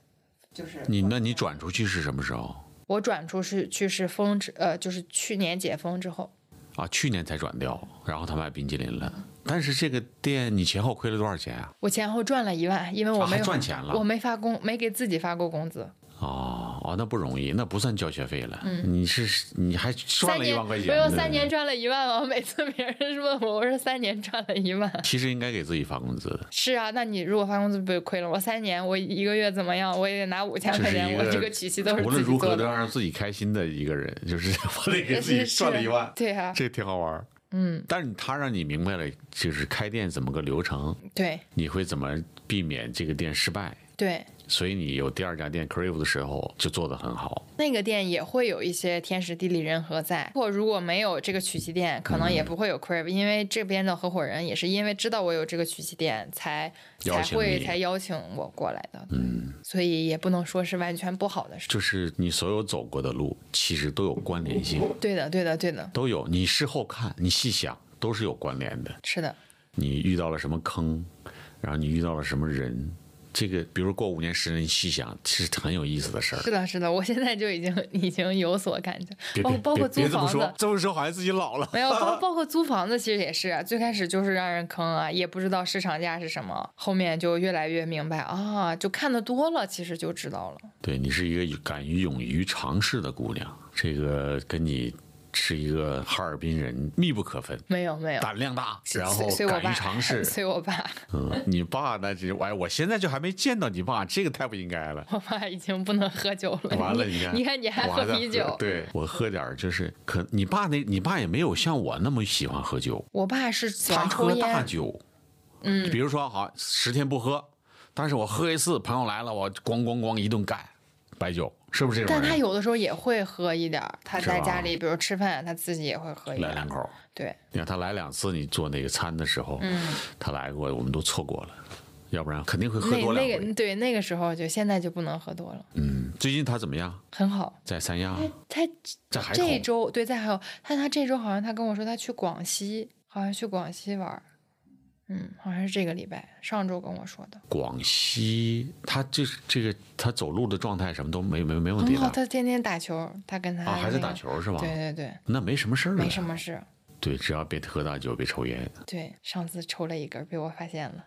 Speaker 3: 就是
Speaker 1: 你那你转出去是什么时候
Speaker 2: 我转出去去是封之呃，就是去年解封之后。
Speaker 1: 啊？去年才转掉，然后他卖冰淇淋了。但是这个店你前后亏了多少钱啊？
Speaker 2: 我前后赚了一万，因为我
Speaker 1: 啊
Speaker 2: 没
Speaker 1: 还
Speaker 2: 有、
Speaker 1: 赚钱了
Speaker 2: 我没发工，没给自己发过工资。
Speaker 1: 哦哦，那不容易，那不算交学费了。你是你还赚了一万块钱，
Speaker 2: 嗯三年，我
Speaker 1: 对
Speaker 2: 有三年
Speaker 1: 不对。
Speaker 2: 赚了一万吗？每次别人问我，我说三年赚了一万。
Speaker 1: 其实应该给自己发工资的，
Speaker 2: 是啊，那你如果发工资不就亏了？我三年，我一个月怎么样？我也得拿五千
Speaker 1: 这
Speaker 2: 块
Speaker 1: 是一
Speaker 2: 钱，
Speaker 1: 个
Speaker 2: 我这个曲奇都是
Speaker 1: 无
Speaker 2: 自
Speaker 1: 论
Speaker 2: 己
Speaker 1: 如
Speaker 2: 做
Speaker 1: 何都
Speaker 2: 的。
Speaker 1: 要让自己开心的一个人，就是
Speaker 2: [laughs]
Speaker 1: 我得给自己
Speaker 2: 是是
Speaker 1: 赚了一万，
Speaker 2: 对啊，
Speaker 1: 这挺好玩儿。
Speaker 2: 嗯，
Speaker 1: 但是他让你明白了，就是开店怎么个流程，
Speaker 2: 对
Speaker 1: 你会怎么避免这个店失败？
Speaker 2: 对，
Speaker 1: 所以你有第二家店 Crave 的时候就做得很好。
Speaker 2: 那个店也会有一些天时地利人和在。或如果没有这个曲奇店，可
Speaker 1: 嗯
Speaker 2: 能也不会有 Crave，、因为这边的合伙人也是因为知道我有这个曲奇店，才
Speaker 1: 邀
Speaker 2: 才
Speaker 1: 请
Speaker 2: 会
Speaker 1: 你
Speaker 2: 才邀请我过来的。
Speaker 1: 嗯，
Speaker 2: 所以也不能说是完全不好的事。
Speaker 1: 就是你所有走过的路，其实都有关联性，
Speaker 2: 对的，对的，对的，
Speaker 1: 都有。你事后看，你细想，都是有关联的。
Speaker 2: 是的，
Speaker 1: 你遇到了什么坑，然后你遇到了什么人，这个比如过五年、十年，你细想，是很有意思的事儿
Speaker 2: 是。的，是的。我现在就已经已经有所感觉，
Speaker 1: [laughs] 别
Speaker 2: 包
Speaker 1: 别
Speaker 2: 括包括租
Speaker 1: 别别这么
Speaker 2: 房子
Speaker 1: 说，，这么说好像自己老了。
Speaker 2: 没有包包括租房子，其实也是啊最开始就是让人坑啊，也不知道市场价是什么，后面就越来越明白啊，就看的多了，其实就知道了。
Speaker 1: [laughs] 对你是一个敢于勇于尝试的姑娘，这个跟你是一个哈尔滨人密不可分。
Speaker 2: 没有没有，
Speaker 1: 胆量大，然后
Speaker 2: 随随我
Speaker 1: 敢
Speaker 2: 爸
Speaker 1: 于尝
Speaker 2: [laughs]
Speaker 1: 试。
Speaker 2: 随我爸，
Speaker 1: 嗯，你爸那就哎，我现在就还没见到你爸，这个太不应该了。
Speaker 2: 我爸已经不能喝酒了。
Speaker 1: 完了，
Speaker 2: 你
Speaker 1: 看，
Speaker 2: [laughs] 你看你还
Speaker 1: 我
Speaker 2: 喝
Speaker 1: 在
Speaker 2: 啤酒，
Speaker 1: [laughs] 对我喝点儿就是，可你爸那，你爸也没有像我那么喜欢喝酒，
Speaker 2: 我爸是喜
Speaker 1: 他
Speaker 2: 欢抽
Speaker 1: 喝大
Speaker 2: 烟，
Speaker 1: 酒，
Speaker 2: 嗯
Speaker 1: 比如说好十天不喝，但是我喝一次，朋友来了，我咣咣咣一顿干白酒，是不是这种
Speaker 2: 但
Speaker 1: 人？
Speaker 2: 他有的时候也会喝一点儿，他
Speaker 1: 是吧
Speaker 2: 在家里，比如吃饭，他自己也会喝一点
Speaker 1: 来
Speaker 2: 儿
Speaker 1: 两。口。
Speaker 2: 对，
Speaker 1: 你看他来两次，你做那个餐的时候，
Speaker 2: 嗯
Speaker 1: 他来过，我们都错过了，要不然肯定会喝
Speaker 2: 那
Speaker 1: 多两
Speaker 2: 那
Speaker 1: 回。
Speaker 2: 个对那个时候就现在就不能喝多了，
Speaker 1: 嗯，最近他怎么样？
Speaker 2: 很好。
Speaker 1: 在三亚，
Speaker 2: 他
Speaker 1: 在海口
Speaker 2: 这周对，在还有，但他这周好像他跟我说他去广西，好像去广西玩儿，嗯，好像是这个礼拜，上周跟我说的。
Speaker 1: 广西，他这这个他走路的状态什么都没没没问题
Speaker 2: 很
Speaker 1: 的
Speaker 2: 好，哦他天天打球，他跟他、
Speaker 1: 啊，还在
Speaker 2: 那
Speaker 1: 打
Speaker 2: 个。
Speaker 1: 球是吧？
Speaker 2: 哎
Speaker 1: 啊
Speaker 2: 对对对，
Speaker 1: 那没什么事儿了，
Speaker 2: 没什么事。
Speaker 1: 对，只要别喝大酒，别抽烟。
Speaker 2: 对，上次抽了一根儿被我发现了。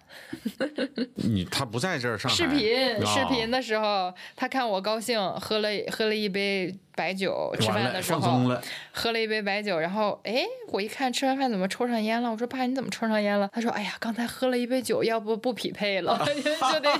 Speaker 1: 你他不在这儿上海，哦
Speaker 2: 视频视频
Speaker 1: 的，
Speaker 2: 的时候，他看我高兴，喝了喝了一杯白酒，吃
Speaker 1: 完
Speaker 2: 饭
Speaker 1: 了
Speaker 2: 的时
Speaker 1: 放松
Speaker 2: 候
Speaker 1: 了，
Speaker 2: 喝了一杯白酒，然后哎，我一看吃完饭怎么抽上烟了，我说爸你怎么抽上烟了？他说哎呀，刚才喝了一杯酒，要不不匹配了， [laughs] 就得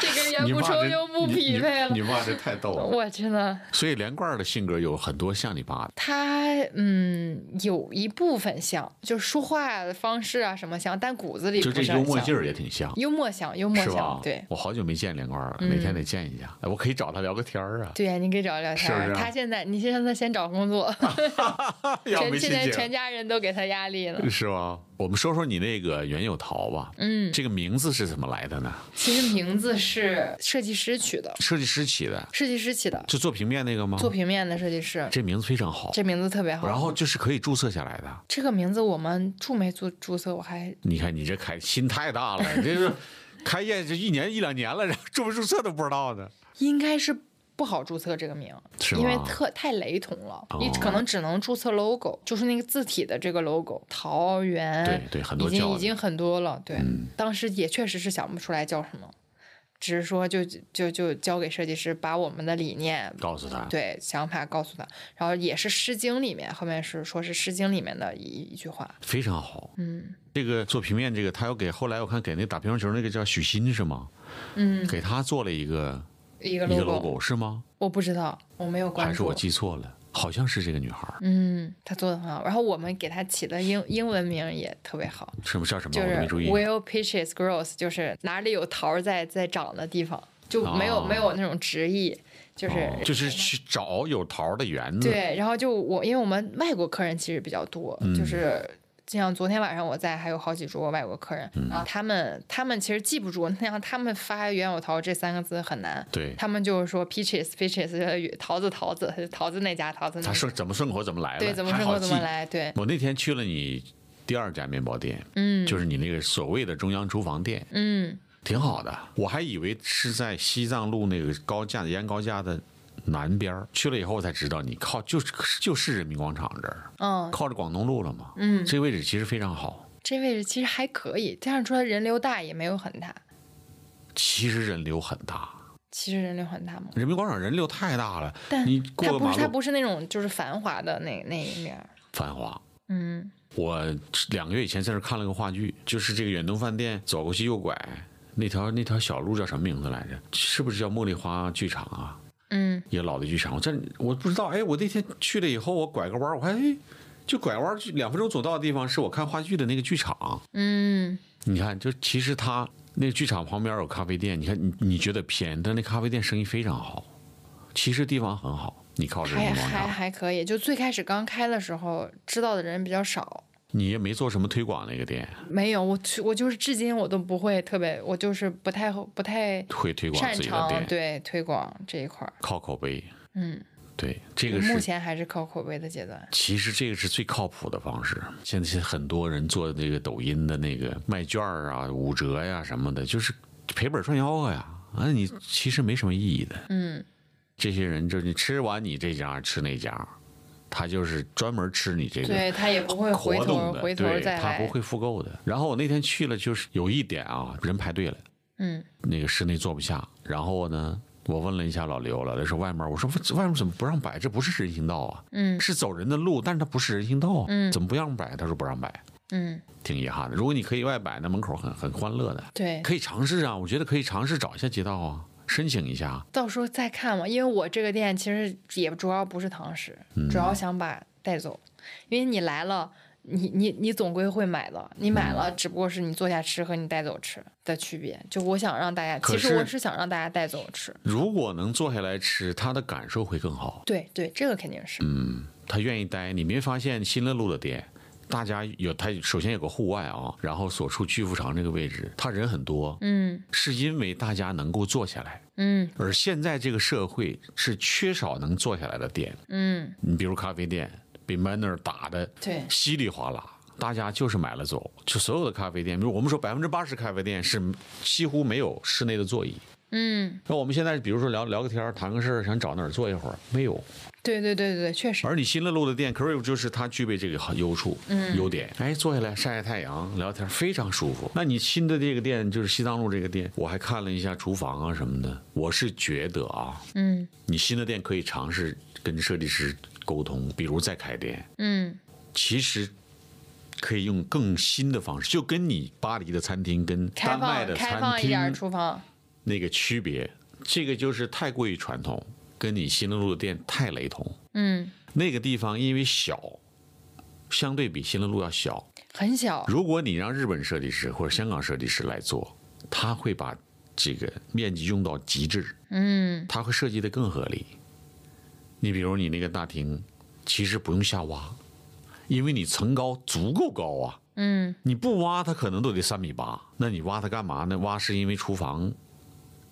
Speaker 2: 这根烟
Speaker 1: 你
Speaker 2: 不
Speaker 1: 爸
Speaker 2: 抽
Speaker 1: 这
Speaker 2: 就不
Speaker 1: 你
Speaker 2: 匹
Speaker 1: 你
Speaker 2: 配了
Speaker 1: 你。爸这太逗
Speaker 2: [laughs]
Speaker 1: 了。
Speaker 2: 我真的，
Speaker 1: 所以连贯儿的性格有很多像你爸的，
Speaker 2: 他嗯有一部分像，就是说话的方式啊什么像，但骨子里
Speaker 1: 就
Speaker 2: 不
Speaker 1: 这
Speaker 2: 是
Speaker 1: 幽
Speaker 2: 很
Speaker 1: 默
Speaker 2: 像。
Speaker 1: 劲儿也挺像，
Speaker 2: 幽默像，幽默
Speaker 1: 是吧
Speaker 2: 像，？对。
Speaker 1: 我好久没见连贯儿了，
Speaker 2: 嗯
Speaker 1: 哪天得见一下。哎我可以找他聊个天儿啊。
Speaker 2: 对呀，你可以找他聊天
Speaker 1: 是啊
Speaker 2: 儿。
Speaker 1: 不是
Speaker 2: 他现在，你先让他先找工作，
Speaker 1: [laughs] 要
Speaker 2: 全
Speaker 1: 没心
Speaker 2: 现在全
Speaker 1: 情
Speaker 2: 家人都给他压力了。
Speaker 1: 是吧？我们说说你那个袁有桃吧，
Speaker 2: 嗯，
Speaker 1: 这个名字是怎么来的呢？
Speaker 2: 其实名字是设计师取的，
Speaker 1: 设计师起的，
Speaker 2: 设计师起的，
Speaker 1: 就做平面那个吗？
Speaker 2: 做平面的设计师，
Speaker 1: 哦这名字非常好，
Speaker 2: 这名字特别好。
Speaker 1: 然后就是可以注册下来的。
Speaker 2: 这个名字我们注没注注册？我还
Speaker 1: 你看你这开心太大了，
Speaker 2: [laughs]
Speaker 1: 你这是开业这一年一两年了，然后注不注册都不知道呢，
Speaker 2: 应该是不好注册这个名，
Speaker 1: 是吗？
Speaker 2: 因为特太雷同了，你
Speaker 1: 哦
Speaker 2: 可能只能注册 logo，就是那个字体的这个 logo，桃园
Speaker 1: 对，对，很
Speaker 2: 已
Speaker 1: 多叫
Speaker 2: 经已
Speaker 1: 的
Speaker 2: 经很多了。对，
Speaker 1: 嗯
Speaker 2: 当时也确实是想不出来叫什么，只是说就就就交给设计师把我们的理念。
Speaker 1: 告诉他，
Speaker 2: 对想法告诉他，然后也是《诗经》里面，后面是说是《诗经》里面的一一句话，
Speaker 1: 非常好。
Speaker 2: 嗯
Speaker 1: 这个做平面这个，他又给后来我看给那打乒乓球那个叫许昕是吗？
Speaker 2: 嗯，
Speaker 1: 给他做了一个
Speaker 2: 一个
Speaker 1: 一个
Speaker 2: logo，,
Speaker 1: logo 是吗？
Speaker 2: 我不知道，我没有关
Speaker 1: 还是
Speaker 2: 注，
Speaker 1: 我记错了？好像是这个女孩儿，
Speaker 2: 嗯，他做的很好，然后我们给他起的英英文名也特别好，
Speaker 1: 是不是叫什么？
Speaker 2: 就
Speaker 1: 我
Speaker 2: 是
Speaker 1: 都没注意。
Speaker 2: Will peaches grows，就是哪里有桃儿在在长的地方，就没有、
Speaker 1: 哦
Speaker 2: 没有那种直译，就是、
Speaker 1: 哦就是去找有桃儿的园子，
Speaker 2: 对，然后就我，因为我们外国客人其实比较多，
Speaker 1: 嗯
Speaker 2: 就是像昨天晚上我在，还有好几桌外国客人，
Speaker 1: 嗯
Speaker 2: 然后他们他们其实记不住，那样他们发“袁有桃”这三个字很难，
Speaker 1: 对
Speaker 2: 他们就是说 peaches peaches 桃子桃子桃子那家桃子那
Speaker 1: 他
Speaker 2: 家，
Speaker 1: 顺怎么顺口怎么来了，
Speaker 2: 对，怎么
Speaker 1: 还
Speaker 2: 顺
Speaker 1: 好
Speaker 2: 口怎么
Speaker 1: 记。
Speaker 2: 来，对，
Speaker 1: 我那天去了你第二家面包店，
Speaker 2: 嗯
Speaker 1: 就是你那个所谓的中央厨房店，
Speaker 2: 嗯，
Speaker 1: 挺好的。我还以为是在西藏路那个高架的沿高架的南边儿，去了以后我才知道，你靠就是就是人民广场这儿，
Speaker 2: 嗯，
Speaker 1: 靠着广东路了嘛。
Speaker 2: 嗯
Speaker 1: 这位置其实非常好，
Speaker 2: 这位置其实还可以，加上说人流大也没有很大，
Speaker 1: 其实人流很大，
Speaker 2: 其实人流很大嘛，
Speaker 1: 人民广场人流太大了，
Speaker 2: 但
Speaker 1: 你
Speaker 2: 它
Speaker 1: 过个
Speaker 2: 不
Speaker 1: 马
Speaker 2: 是它
Speaker 1: 路
Speaker 2: 不是那种就是繁华的那那一面儿，
Speaker 1: 繁华。
Speaker 2: 嗯。
Speaker 1: 我两个月以前在这儿看了个话剧，就是这个远东饭店走过去右拐那条那条小路叫什么名字来着？是不是叫茉莉花剧场啊？
Speaker 2: 嗯，
Speaker 1: 一个老的剧场，我这我不知道。哎，我那天去了以后，我拐个弯儿，我还哎就拐弯儿就两分钟走到的地方是我看话剧的那个剧场。
Speaker 2: 嗯，
Speaker 1: 你看，就其实它那个剧场旁边有咖啡店，你看你你觉得偏，但那咖啡店生意非常好，其实地方很好。你靠人
Speaker 2: 还
Speaker 1: 民广
Speaker 2: 还
Speaker 1: 场，
Speaker 2: 还可以，就最开始刚开的时候，知道的人比较少。
Speaker 1: 你也没做什么推广那个店，
Speaker 2: 没有，我去，我就是至今我都不会特别，我就是不太不太
Speaker 1: 会推广
Speaker 2: 擅
Speaker 1: 自己的
Speaker 2: 长
Speaker 1: 店，
Speaker 2: 对推广这一块儿。
Speaker 1: 靠口碑。
Speaker 2: 嗯，
Speaker 1: 对，这个
Speaker 2: 目
Speaker 1: 是
Speaker 2: 前还是靠口碑的阶段。
Speaker 1: 其实这个是最靠谱的方式。现在现在很多人做那个抖音的那个卖券儿啊、五折呀、什么的，就是赔本赚吆喝呀。啊，你其实没什么意义的。
Speaker 2: 嗯，
Speaker 1: 这些人就是你吃完你这家吃那家，他就是专门吃你这个
Speaker 2: 对他也不会回
Speaker 1: 活
Speaker 2: 头
Speaker 1: 动
Speaker 2: 回
Speaker 1: 的，
Speaker 2: 头
Speaker 1: 对，
Speaker 2: 再
Speaker 1: 他不
Speaker 2: 来。
Speaker 1: 会复购的。然后我那天去了，就是有一点啊，人排队了。
Speaker 2: 嗯，
Speaker 1: 那个室内坐不下。然后呢，我问了一下老刘，老刘说外面，我说这外面怎么不让摆？这不是人行道啊，
Speaker 2: 嗯
Speaker 1: 是走人的路，但是它不是人行道啊，
Speaker 2: 嗯
Speaker 1: 怎么不让摆？他说不让摆，
Speaker 2: 嗯，
Speaker 1: 挺遗憾的。如果你可以外摆，那门口很很欢乐的，
Speaker 2: 对，
Speaker 1: 可以尝试啊，我觉得可以尝试找一下街道啊，申请一下。
Speaker 2: 到时候再看嘛。因为我这个
Speaker 1: 嗯
Speaker 2: 店其实也主要不是堂食，主要想把带走，因为你来了，你你你总归会买的，你买
Speaker 1: 嗯
Speaker 2: 了只不过是你坐下吃和你带走吃的区别。就我想让大家，
Speaker 1: 可
Speaker 2: 其实我
Speaker 1: 是
Speaker 2: 是想让大家带走吃。
Speaker 1: 如果能坐下来吃，他的感受会更好。
Speaker 2: 对对，这个肯定是。
Speaker 1: 嗯，他愿意待。你没发现新乐路的店，大家有他首先有个户外啊，然后所处巨富长这个位置，他人很多，
Speaker 2: 嗯
Speaker 1: 是因为大家能够坐下来。
Speaker 2: 嗯
Speaker 1: 而现在这个社会是缺少能坐下来的店，
Speaker 2: 嗯，
Speaker 1: 你比如咖啡店被 Manner 打的
Speaker 3: 对
Speaker 1: 稀里哗啦。大家就是买了走，就所有的咖啡店，比如我们说百分之八十咖啡店是几乎没有室内的座椅。
Speaker 2: 嗯，
Speaker 1: 那我们现在比如说聊聊个天儿谈个事儿，想找哪儿坐一会儿，没有。
Speaker 2: 对对对对对，确实。
Speaker 1: 而你新乐路的店 Crave 就是它具备这个好优处、优点。哎，坐下来晒晒太阳、聊天非常舒服。那你新的这个店就是西藏路这个店，我还看了一下厨房啊什么的，我是觉得啊，
Speaker 2: 嗯
Speaker 1: 你新的店可以尝试跟设计师沟通，比如再开店，
Speaker 2: 嗯
Speaker 1: 其实。可以用更新的方式，就跟你巴黎的餐厅跟
Speaker 2: 开
Speaker 1: 丹麦
Speaker 2: 放
Speaker 1: 的
Speaker 2: 开
Speaker 1: 餐
Speaker 2: 放一点儿
Speaker 1: 厅
Speaker 2: 厨房。
Speaker 1: 那个区别，这个就是太过于传统，跟你新乐路的店太雷同。
Speaker 2: 嗯，
Speaker 1: 那个地方因为小，相对比新乐路要小。
Speaker 2: 很小。
Speaker 1: 如果你让日本设计师或者香港设计师来做，他会把这个面积用到极致，
Speaker 2: 嗯
Speaker 1: 他会设计的更合理。你比如你那个大厅，其实不用下挖，因为你层高足够高啊。
Speaker 2: 嗯
Speaker 1: 你不挖它可能都得三米八，那你挖它干嘛呢？挖是因为厨房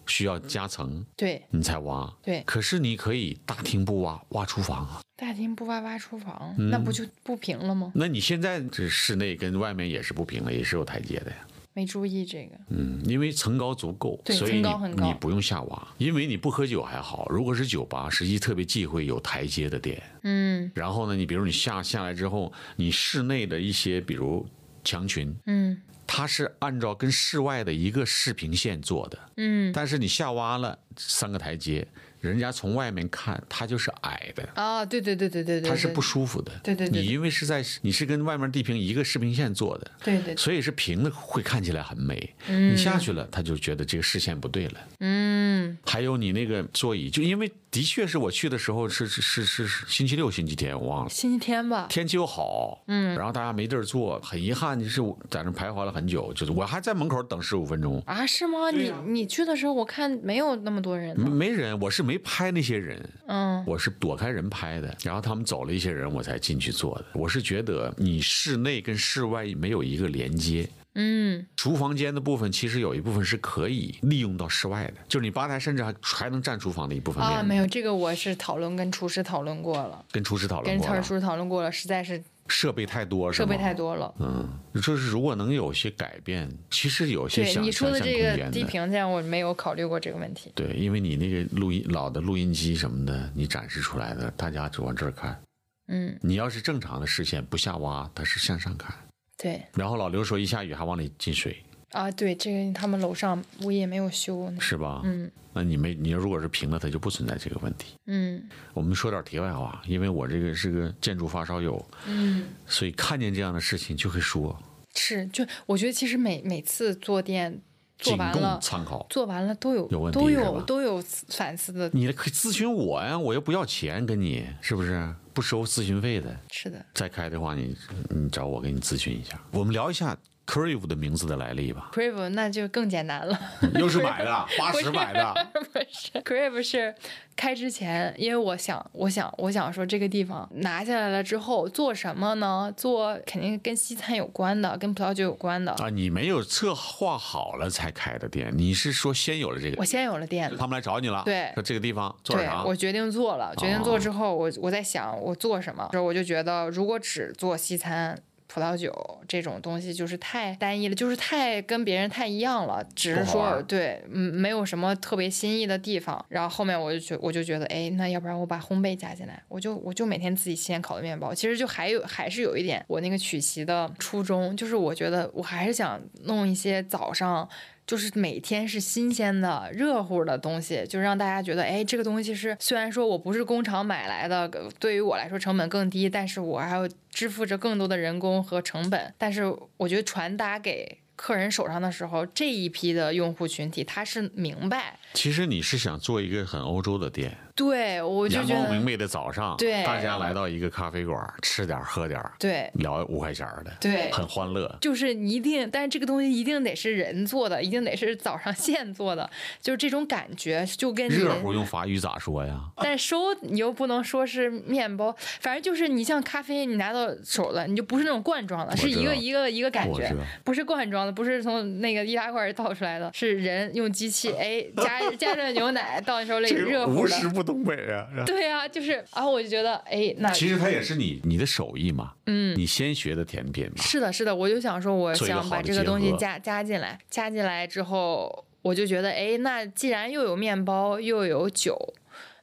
Speaker 1: 需要加层，
Speaker 2: 对，
Speaker 1: 你才挖。
Speaker 2: 对
Speaker 1: 可是你可以大厅不挖，挖厨房啊。
Speaker 2: 大厅不挖挖厨房，
Speaker 1: 嗯
Speaker 2: 那不就不平了吗？
Speaker 1: 那你现在这室内跟外面也是不平的，也是有台阶的呀。
Speaker 2: 没注意这个。
Speaker 1: 嗯，因为层高足够，
Speaker 2: 对
Speaker 1: 所以
Speaker 2: 层
Speaker 1: 你
Speaker 2: 高很高
Speaker 1: 你不用下挖。因为你不喝酒还好，如果是酒吧，实际特别忌讳有台阶的店。
Speaker 2: 嗯
Speaker 1: 然后呢，你比如你下下来之后，你室内的一些比如墙裙，
Speaker 2: 嗯
Speaker 1: 它是按照跟室外的一个视平线做的，
Speaker 2: 嗯。
Speaker 1: 但是你下挖了三个台阶，人家从外面看它就是矮的。
Speaker 2: 啊，对对对对对对，
Speaker 1: 它是
Speaker 2: 对
Speaker 1: 不舒服的，
Speaker 2: 对对对
Speaker 1: 你因为是在你是跟外面地平一个视平线做的，
Speaker 2: 对对，对
Speaker 1: 所以是平的会看起来很美，你下去了他就觉得这个视线不对了。
Speaker 2: 嗯
Speaker 1: 还有你那个座椅，就因为的确是我去的时候是是是是是星期六星期天我忘了，
Speaker 2: 星期天吧，
Speaker 1: 天气又好，嗯，然后大家没地儿坐，很遗憾就是我在那徘徊了很久，就是我还在门口等十五分钟。
Speaker 2: 啊，是吗？你你去的时候，我看没有那么多人
Speaker 1: 没
Speaker 2: 呢。
Speaker 1: 没人，我是没拍那些人，
Speaker 2: 嗯
Speaker 1: 我是躲开人拍的，然后他们走了一些人，我才进去坐的。我是觉得你室内跟室外没有一个连接，
Speaker 2: 嗯
Speaker 1: 厨房间的部分其实有一部分是可以利用到室外的，就是你吧台甚至还还能占厨房的一部分面积。
Speaker 2: 啊，没有这个，我是讨论跟厨师讨论过了，
Speaker 1: 跟厨师讨论
Speaker 2: 跟
Speaker 1: 过
Speaker 2: 曹
Speaker 1: 了，
Speaker 2: 厨师讨论过了，实在是
Speaker 1: 设备太多是
Speaker 2: 设
Speaker 1: 吗？
Speaker 2: 备太多了。
Speaker 1: 嗯，就是如果能有些改变，其实有些
Speaker 2: 对
Speaker 1: 想
Speaker 2: 你说的
Speaker 1: 想象
Speaker 2: 这
Speaker 1: 空
Speaker 2: 个
Speaker 1: 间
Speaker 2: 地
Speaker 1: 的。
Speaker 2: 平线，我没有考虑过这个问题。
Speaker 1: 对，因为你那个录音老的录音机什么的，你展示出来的，大家就往这儿看。
Speaker 2: 嗯，
Speaker 1: 你要是正常的视线不下挖，它是向上看。
Speaker 2: 对
Speaker 1: 然后老刘说一下雨还往里进水，
Speaker 2: 啊，对这个他们楼上物业没有修呢。
Speaker 1: 是吧？
Speaker 2: 嗯
Speaker 1: 那你没你如果是平的，它就不存在这个问题。
Speaker 2: 嗯
Speaker 1: 我们说点题外话，因为我这个是个建筑发烧友，
Speaker 2: 嗯，
Speaker 1: 所以看见这样的事情就会说，
Speaker 2: 是，就我觉得其实每每次坐店做
Speaker 1: 仅
Speaker 2: 完了
Speaker 1: 供。参考。
Speaker 2: 做完了都有
Speaker 1: 有问题
Speaker 2: 都
Speaker 1: 是
Speaker 2: 有
Speaker 1: 吧
Speaker 2: 都有反思的，
Speaker 1: 你可以咨询我呀，我又不要钱，跟你是不是不收咨询费的？
Speaker 2: 是的嗯
Speaker 1: 再开的话你，你找我给你咨询一下。我们聊一下 Crave 的名字的来历
Speaker 2: [laughs]
Speaker 1: 吧。
Speaker 2: ，Crave 那就更简单了。
Speaker 1: 又是买
Speaker 2: [laughs]
Speaker 1: 的，八十买的，啊
Speaker 2: 不是 Crave 是开之前，因为我想，我想，我想说这个地方拿下来了之后做什么呢？做肯定跟西餐有关的，跟葡萄酒有关的。
Speaker 1: 啊！你没有策划好了才开的店，你是说先有了这
Speaker 2: 我
Speaker 1: 个，
Speaker 2: 先有了店
Speaker 1: 他们来找你了，
Speaker 2: 对
Speaker 1: 说这个地方做点
Speaker 2: 对
Speaker 1: 啥，
Speaker 2: 我决定做了。决定
Speaker 1: 哦
Speaker 2: 做之后，我我在想我做什么，然后我就觉得如果只做西餐。葡萄酒这种东西就是太单一了，就是太跟别人太一样了，只是
Speaker 1: 不好玩
Speaker 2: 说
Speaker 1: 儿
Speaker 2: 对，嗯，没有什么特别新意的地方。然后后面我就觉我就觉得，哎，那要不然我把烘焙加进来，我就我就每天自己现烤的面包。其实就还有还是有一点我那个曲奇的初衷，就是我觉得我还是想弄一些早上就是每天是新鲜的、热乎的东西，就让大家觉得，哎，这个东西是虽然说我不是工厂买来的，呃对于我来说成本更低，但是我还要支付着更多的人工和成本。但是我觉得传达给客人手上的时候，这一批的用户群体他是明白，
Speaker 1: 其实你是想做一个很欧洲的店，
Speaker 2: 对，我就
Speaker 1: 阳
Speaker 2: 觉
Speaker 1: 光明
Speaker 2: 得
Speaker 1: 媚的早上，
Speaker 2: 对
Speaker 1: 大家来到一个咖啡馆，吃点儿喝点儿，
Speaker 2: 对
Speaker 1: 聊五块钱儿的，
Speaker 2: 对，
Speaker 1: 很欢乐。
Speaker 2: 就是你一定，但是这个东西一定得是人做的，一定得是早上 [laughs] 现做的，就是这种感觉，就跟你
Speaker 1: 热乎用法语咋说呀？ [laughs]
Speaker 2: 但收你又不能说是面包，反正就是你像咖啡，你拿到手了，你就不是那种罐装的，是一个一个一个感
Speaker 1: 我
Speaker 2: 觉
Speaker 1: 知道，
Speaker 2: 不是罐装的，不是从那个易拉罐倒出来的，是人用机
Speaker 1: [laughs]
Speaker 2: 器哎加加热牛奶倒的时候那热乎的。
Speaker 1: 不东北啊！
Speaker 2: 对啊，就是，然后我就觉得，哎，那
Speaker 1: 其实它也是你你的手艺嘛，
Speaker 2: 嗯，
Speaker 1: 你先学的甜品嘛。
Speaker 2: 是的，是的，我就想说，我
Speaker 1: 做一个
Speaker 2: 想
Speaker 1: 好的
Speaker 2: 把这个
Speaker 1: 结
Speaker 2: 东西
Speaker 1: 合
Speaker 2: 加加进来，加进来之后，我就觉得，哎，那既然又有面包又有酒，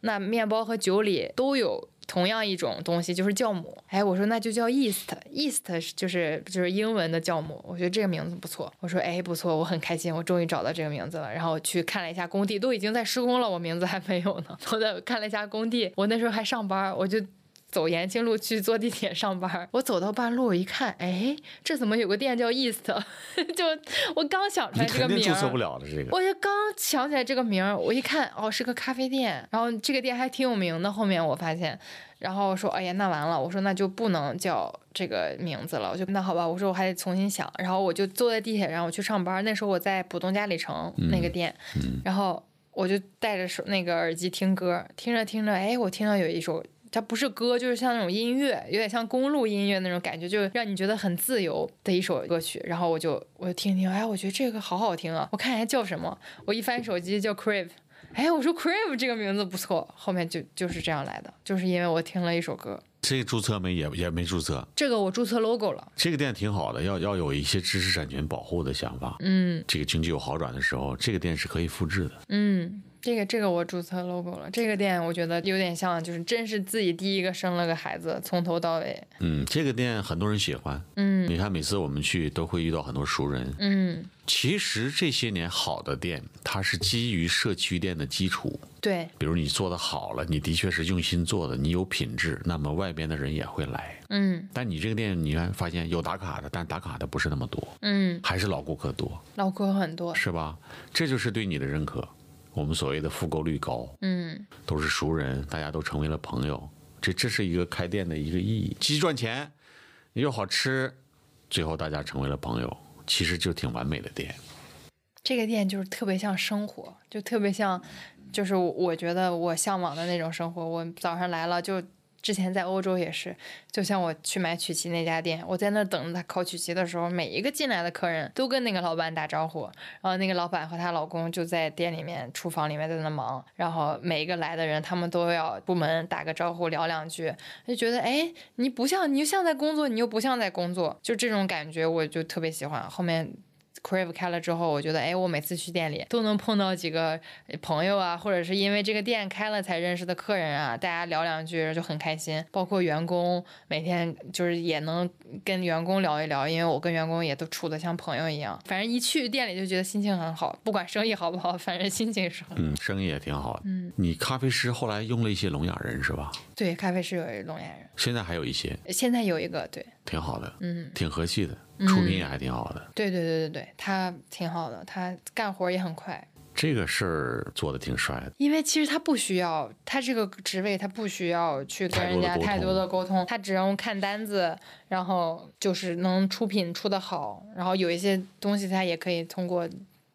Speaker 2: 那面包和酒里都有。同样一种东西就是酵母，哎，我说那就叫 yeast，yeast 是就是就是英文的酵母，我觉得这个名字不错。我说哎不错，我很开心，我终于找到这个名字了。然后我去看了一下工地，都已经在施工了，我名字还没有呢。 [laughs] 我在看了一下工地，我那时候还上班，我就走延庆路去坐地铁上班儿，我走到半路，我一看，哎，这怎么有个店叫 East？就 [laughs] 我刚想出
Speaker 1: 你
Speaker 2: 来这
Speaker 1: 肯
Speaker 2: 个
Speaker 1: 定
Speaker 2: 名
Speaker 1: 注册不
Speaker 2: 儿，
Speaker 1: 了的这个，
Speaker 2: 我就刚想起来这个名儿，我一看，哦，是个咖啡店，然后这个店还挺有名的。后面我发现，然后我说，哎呀，那完了，我说那就不能叫这个名字了，我就那好吧，我说我还得重新想。然后我就坐在地铁上，我去上班儿，那时候我在浦东嘉里城那个店，
Speaker 1: 嗯，
Speaker 2: 然后我就戴着手那个耳机听歌，听着听着，哎，我听到有一首，它不是歌，就是像那种音乐，有点像公路音乐那种感觉，就让你觉得很自由的一首歌曲。然后我就我就听听，哎，我觉得这个好好听啊！我看人家叫什么，我一翻手机叫 Crave。哎，我说 Crave 这个名字不错，后面就就是这样来的，就是因为我听了一首歌，
Speaker 1: 这个注册没也也没注册。
Speaker 2: 这个我注册 logo 了，
Speaker 1: 这个店挺好的，要要有一些知识产权保护的想法。
Speaker 2: 嗯
Speaker 1: 这个经济有好转的时候，这个店是可以复制的。
Speaker 2: 嗯，这个这个我注册 logo 了，这个店我觉得有点像，就是真是自己第一个生了个孩子，从头到尾，
Speaker 1: 嗯，这个店很多人喜欢。
Speaker 2: 嗯
Speaker 1: 你看，每次我们去都会遇到很多熟人。
Speaker 2: 嗯，
Speaker 1: 其实这些年好的店，它是基于社区店的基础。
Speaker 2: 对，
Speaker 1: 比如你做的好了，你的确是用心做的，你有品质，那么外边的人也会来。
Speaker 2: 嗯
Speaker 1: 但你这个店，你看发现有打卡的，但打卡的不是那么多，
Speaker 2: 嗯，
Speaker 1: 还是老顾客多，
Speaker 2: 脑壳很多，
Speaker 1: 是吧？这就是对你的认可。我们所谓的复购率高，
Speaker 2: 嗯
Speaker 1: 都是熟人，大家都成为了朋友，这这是一个开店的一个意义，既赚钱又好吃，最后大家成为了朋友，其实就挺完美的店。
Speaker 2: 这个店就是特别像生活，就特别像，就是我我觉得我向往的那种生活。我早上来了就。之前在欧洲也是，就像我去买曲奇那家店，我在那儿等着他烤曲奇的时候，每一个进来的客人都跟那个老板打招呼，然后那个老板和她老公就在店里面、厨房里面在那忙，然后每一个来的人，他们都要部门打个招呼，聊两句，就觉得哎，你不像你又像在工作，你又不像在工作，就这种感觉我就特别喜欢。后面 Crave 开了之后，我觉得哎，我每次去店里都能碰到几个呃朋友啊，或者是因为这个店开了才认识的客人啊，大家聊两句就很开心。包括员工，每天就是也能跟员工聊一聊，因为我跟员工也都处的像朋友一样。反正一去店里就觉得心情很好，不管生意好不好， [laughs] 反正心情是很好。
Speaker 1: 嗯，生意也挺好的。
Speaker 2: 嗯，
Speaker 1: 你咖啡师后来用了一些聋哑人是吧？
Speaker 2: 对，咖啡师有一聋哑人，
Speaker 1: 现在还有一些，
Speaker 2: 现在有一个对，
Speaker 1: 挺好的，
Speaker 2: 嗯，
Speaker 1: 挺和气的，出品也还挺好的。
Speaker 2: 对对对对对，他挺好的，他干活也很快。
Speaker 1: 这个事儿做的挺帅的。
Speaker 2: 因为其实他不需要，他这个职位他不需要去跟
Speaker 1: 太
Speaker 2: 人
Speaker 1: 多的
Speaker 2: 家
Speaker 1: 沟
Speaker 2: 太多
Speaker 1: 通
Speaker 2: 的沟通，他只用看单子，然后就是能出品出的好，然后有一些东西他也可以通过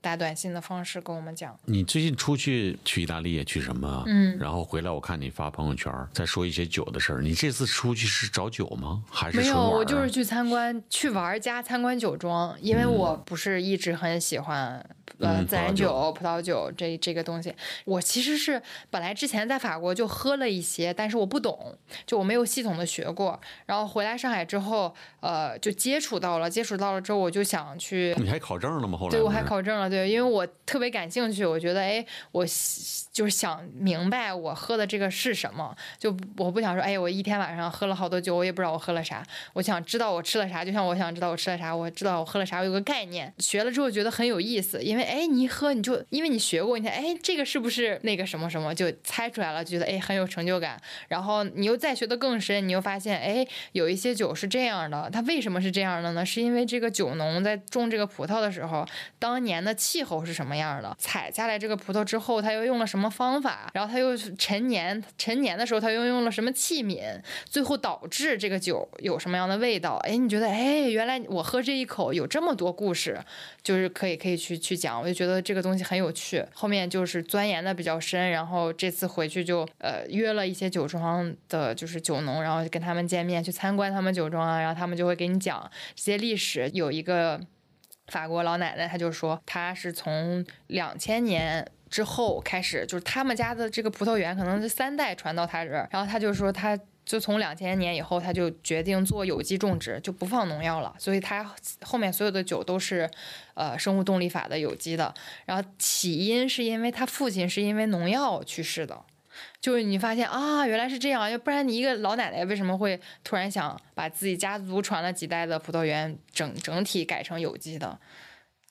Speaker 2: 打短信的方式跟我们讲。
Speaker 1: 你最近出去去意大利也去什么？啊
Speaker 2: 嗯
Speaker 1: 然后回来我看你发朋友圈儿在说一些酒的事儿。你这次出去是找酒吗？还是
Speaker 2: 没
Speaker 1: 纯
Speaker 2: 有，
Speaker 1: 玩
Speaker 2: 我
Speaker 1: 儿
Speaker 2: 就
Speaker 1: 啊
Speaker 2: 是去参观去玩儿加参观酒庄，因为我不是一直很喜欢。呃，
Speaker 1: 嗯
Speaker 2: 自
Speaker 1: 葡萄
Speaker 2: 然
Speaker 1: 酒
Speaker 2: 酒、葡萄酒这这个东西，我其实是本来之前在法国就喝了一些，但是我不懂，就我没有系统的学过。然后回来上海之后，呃，就接触到了，接触到了之后，我就想去
Speaker 1: 你还考证了吗？后来
Speaker 2: 对，我
Speaker 1: 不
Speaker 2: 还
Speaker 1: 是
Speaker 2: 考证了，对，因为我特别感兴趣，我觉得，哎，我喜就是想明白我喝的这个是什么，就我不想说，哎，我一天晚上喝了好多酒，我也不知道我喝了啥，我想知道我吃了啥，就像我想知道我吃了啥，我知道我喝了啥，我有个概念。学了之后觉得很有意思，因为哎，哎，你一喝你就因为你学过，你看，哎，这个是不是那个什么什么，就猜出来了，就觉得哎很有成就感。然后你又再学得更深，你又发现，哎，有一些酒是这样的，它为什么是这样的呢？是因为这个酒农在种这个葡萄的时候，当年的气候是什么样的，采下来这个葡萄之后，他又用了什么方法，然后他又陈年，陈年的时候他又用了什么器皿，最后导致这个酒有什么样的味道？哎，你觉得，哎，原来我喝这一口有这么多故事，就是可以可以去去讲，我就觉得这个东西很有趣。后面就是钻研的比较深，然后这次回去就呃约了一些酒庄的，就是酒农，然后跟他们见面，去参观他们酒庄啊，然后他们就会给你讲这些历史。有一个法国老奶奶，她就说她是从两千年。之后开始就是他们家的这个葡萄园，可能是三代传到她这儿。然后她就说，她就从两千年以后，他就决定做有机种植，就不放农药了，所以他后面所有的酒都是，呃，生物动力法的有机的。然后起因是因为他父亲是因为农药去世的，就是你发现啊，原来是这样，要不然你一个老奶奶为什么会突然想把自己家族传了几代的葡萄园整整体改成有机的？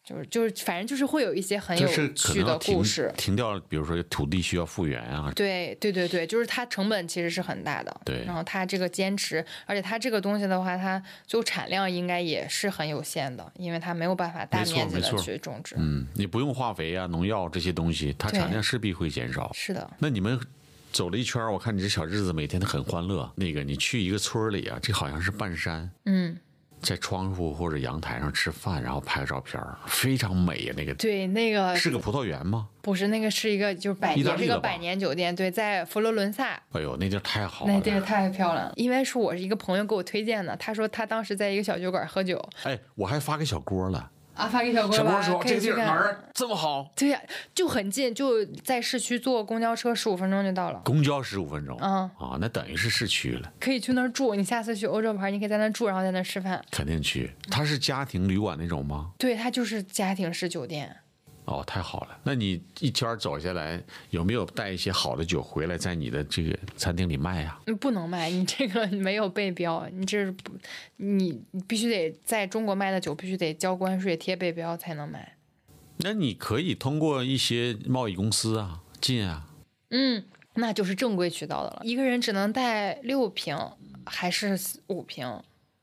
Speaker 2: 就是就是，反正就是会有一些很有
Speaker 1: 就是可
Speaker 2: 趣
Speaker 1: 能要
Speaker 2: 的
Speaker 1: 停
Speaker 2: 故事。
Speaker 1: 停掉，比如说土地需要复原啊，
Speaker 2: 对对对对，就是它成本其实是很大的。
Speaker 1: 对
Speaker 2: 然后它这个坚持，而且它这个东西的话，它就产量应该也是很有限的，因为它没有办法大
Speaker 1: 没错
Speaker 2: 面积
Speaker 1: 没
Speaker 2: 的
Speaker 1: 错
Speaker 2: 去种植。
Speaker 1: 嗯，你不用化肥啊、农药这些东西，它
Speaker 2: 对
Speaker 1: 产量势必会减少。
Speaker 2: 是的，
Speaker 1: 那你们走了一圈儿，我看你这小日子每天都很欢乐。那个，你去一个村儿里啊，这好像是半山，
Speaker 2: 嗯，
Speaker 1: 在窗户或者阳台上吃饭，然后拍照片儿，非常美啊呀、那个
Speaker 2: 对，那个
Speaker 1: 是个葡萄园吗？
Speaker 2: 不是那个是一个就是百
Speaker 1: 意大
Speaker 2: 年
Speaker 1: 利
Speaker 2: 是
Speaker 1: 的
Speaker 2: 个
Speaker 1: 吧
Speaker 2: 百年酒店，对，在佛罗伦萨。
Speaker 1: 哎呦，那地儿太好
Speaker 2: 那
Speaker 1: 了。
Speaker 2: 地儿太漂亮了，因为是我是一个朋友给我推荐的，他说他当时在一个小酒馆喝酒
Speaker 1: 哎，我还发给小郭了。
Speaker 2: 啊，发给小郭
Speaker 1: 小
Speaker 2: 吧
Speaker 1: 郭，说
Speaker 2: 可
Speaker 1: 这
Speaker 2: 以
Speaker 1: 地
Speaker 2: 去
Speaker 1: 儿
Speaker 2: 看。
Speaker 1: 哪儿这么好？
Speaker 2: 啊对呀、就很近，就在市区坐公交车十五分钟就到了。
Speaker 1: 公交十五分钟。
Speaker 2: 嗯
Speaker 1: 啊，那等于是市区了，
Speaker 2: 可以去那儿住。你下次去欧洲玩，你可以在那儿住，然后在那儿吃饭。
Speaker 1: 肯定去。它是家庭旅馆那种吗？
Speaker 2: 对，它就是家庭式酒店。
Speaker 1: 哦，太好了！那你一圈儿走下来，有没有带一些好的酒回来，在你的这个餐厅里卖啊呀、
Speaker 2: 嗯不能卖，你这个 [laughs] 没有背标，你这是不，你你必须得在中国卖的酒必须得交关税贴背标才能卖。
Speaker 1: 那你可以通过一些贸易公司啊进啊，
Speaker 2: 嗯，那就是正规渠道的了。一个人只能带六瓶还是四五瓶，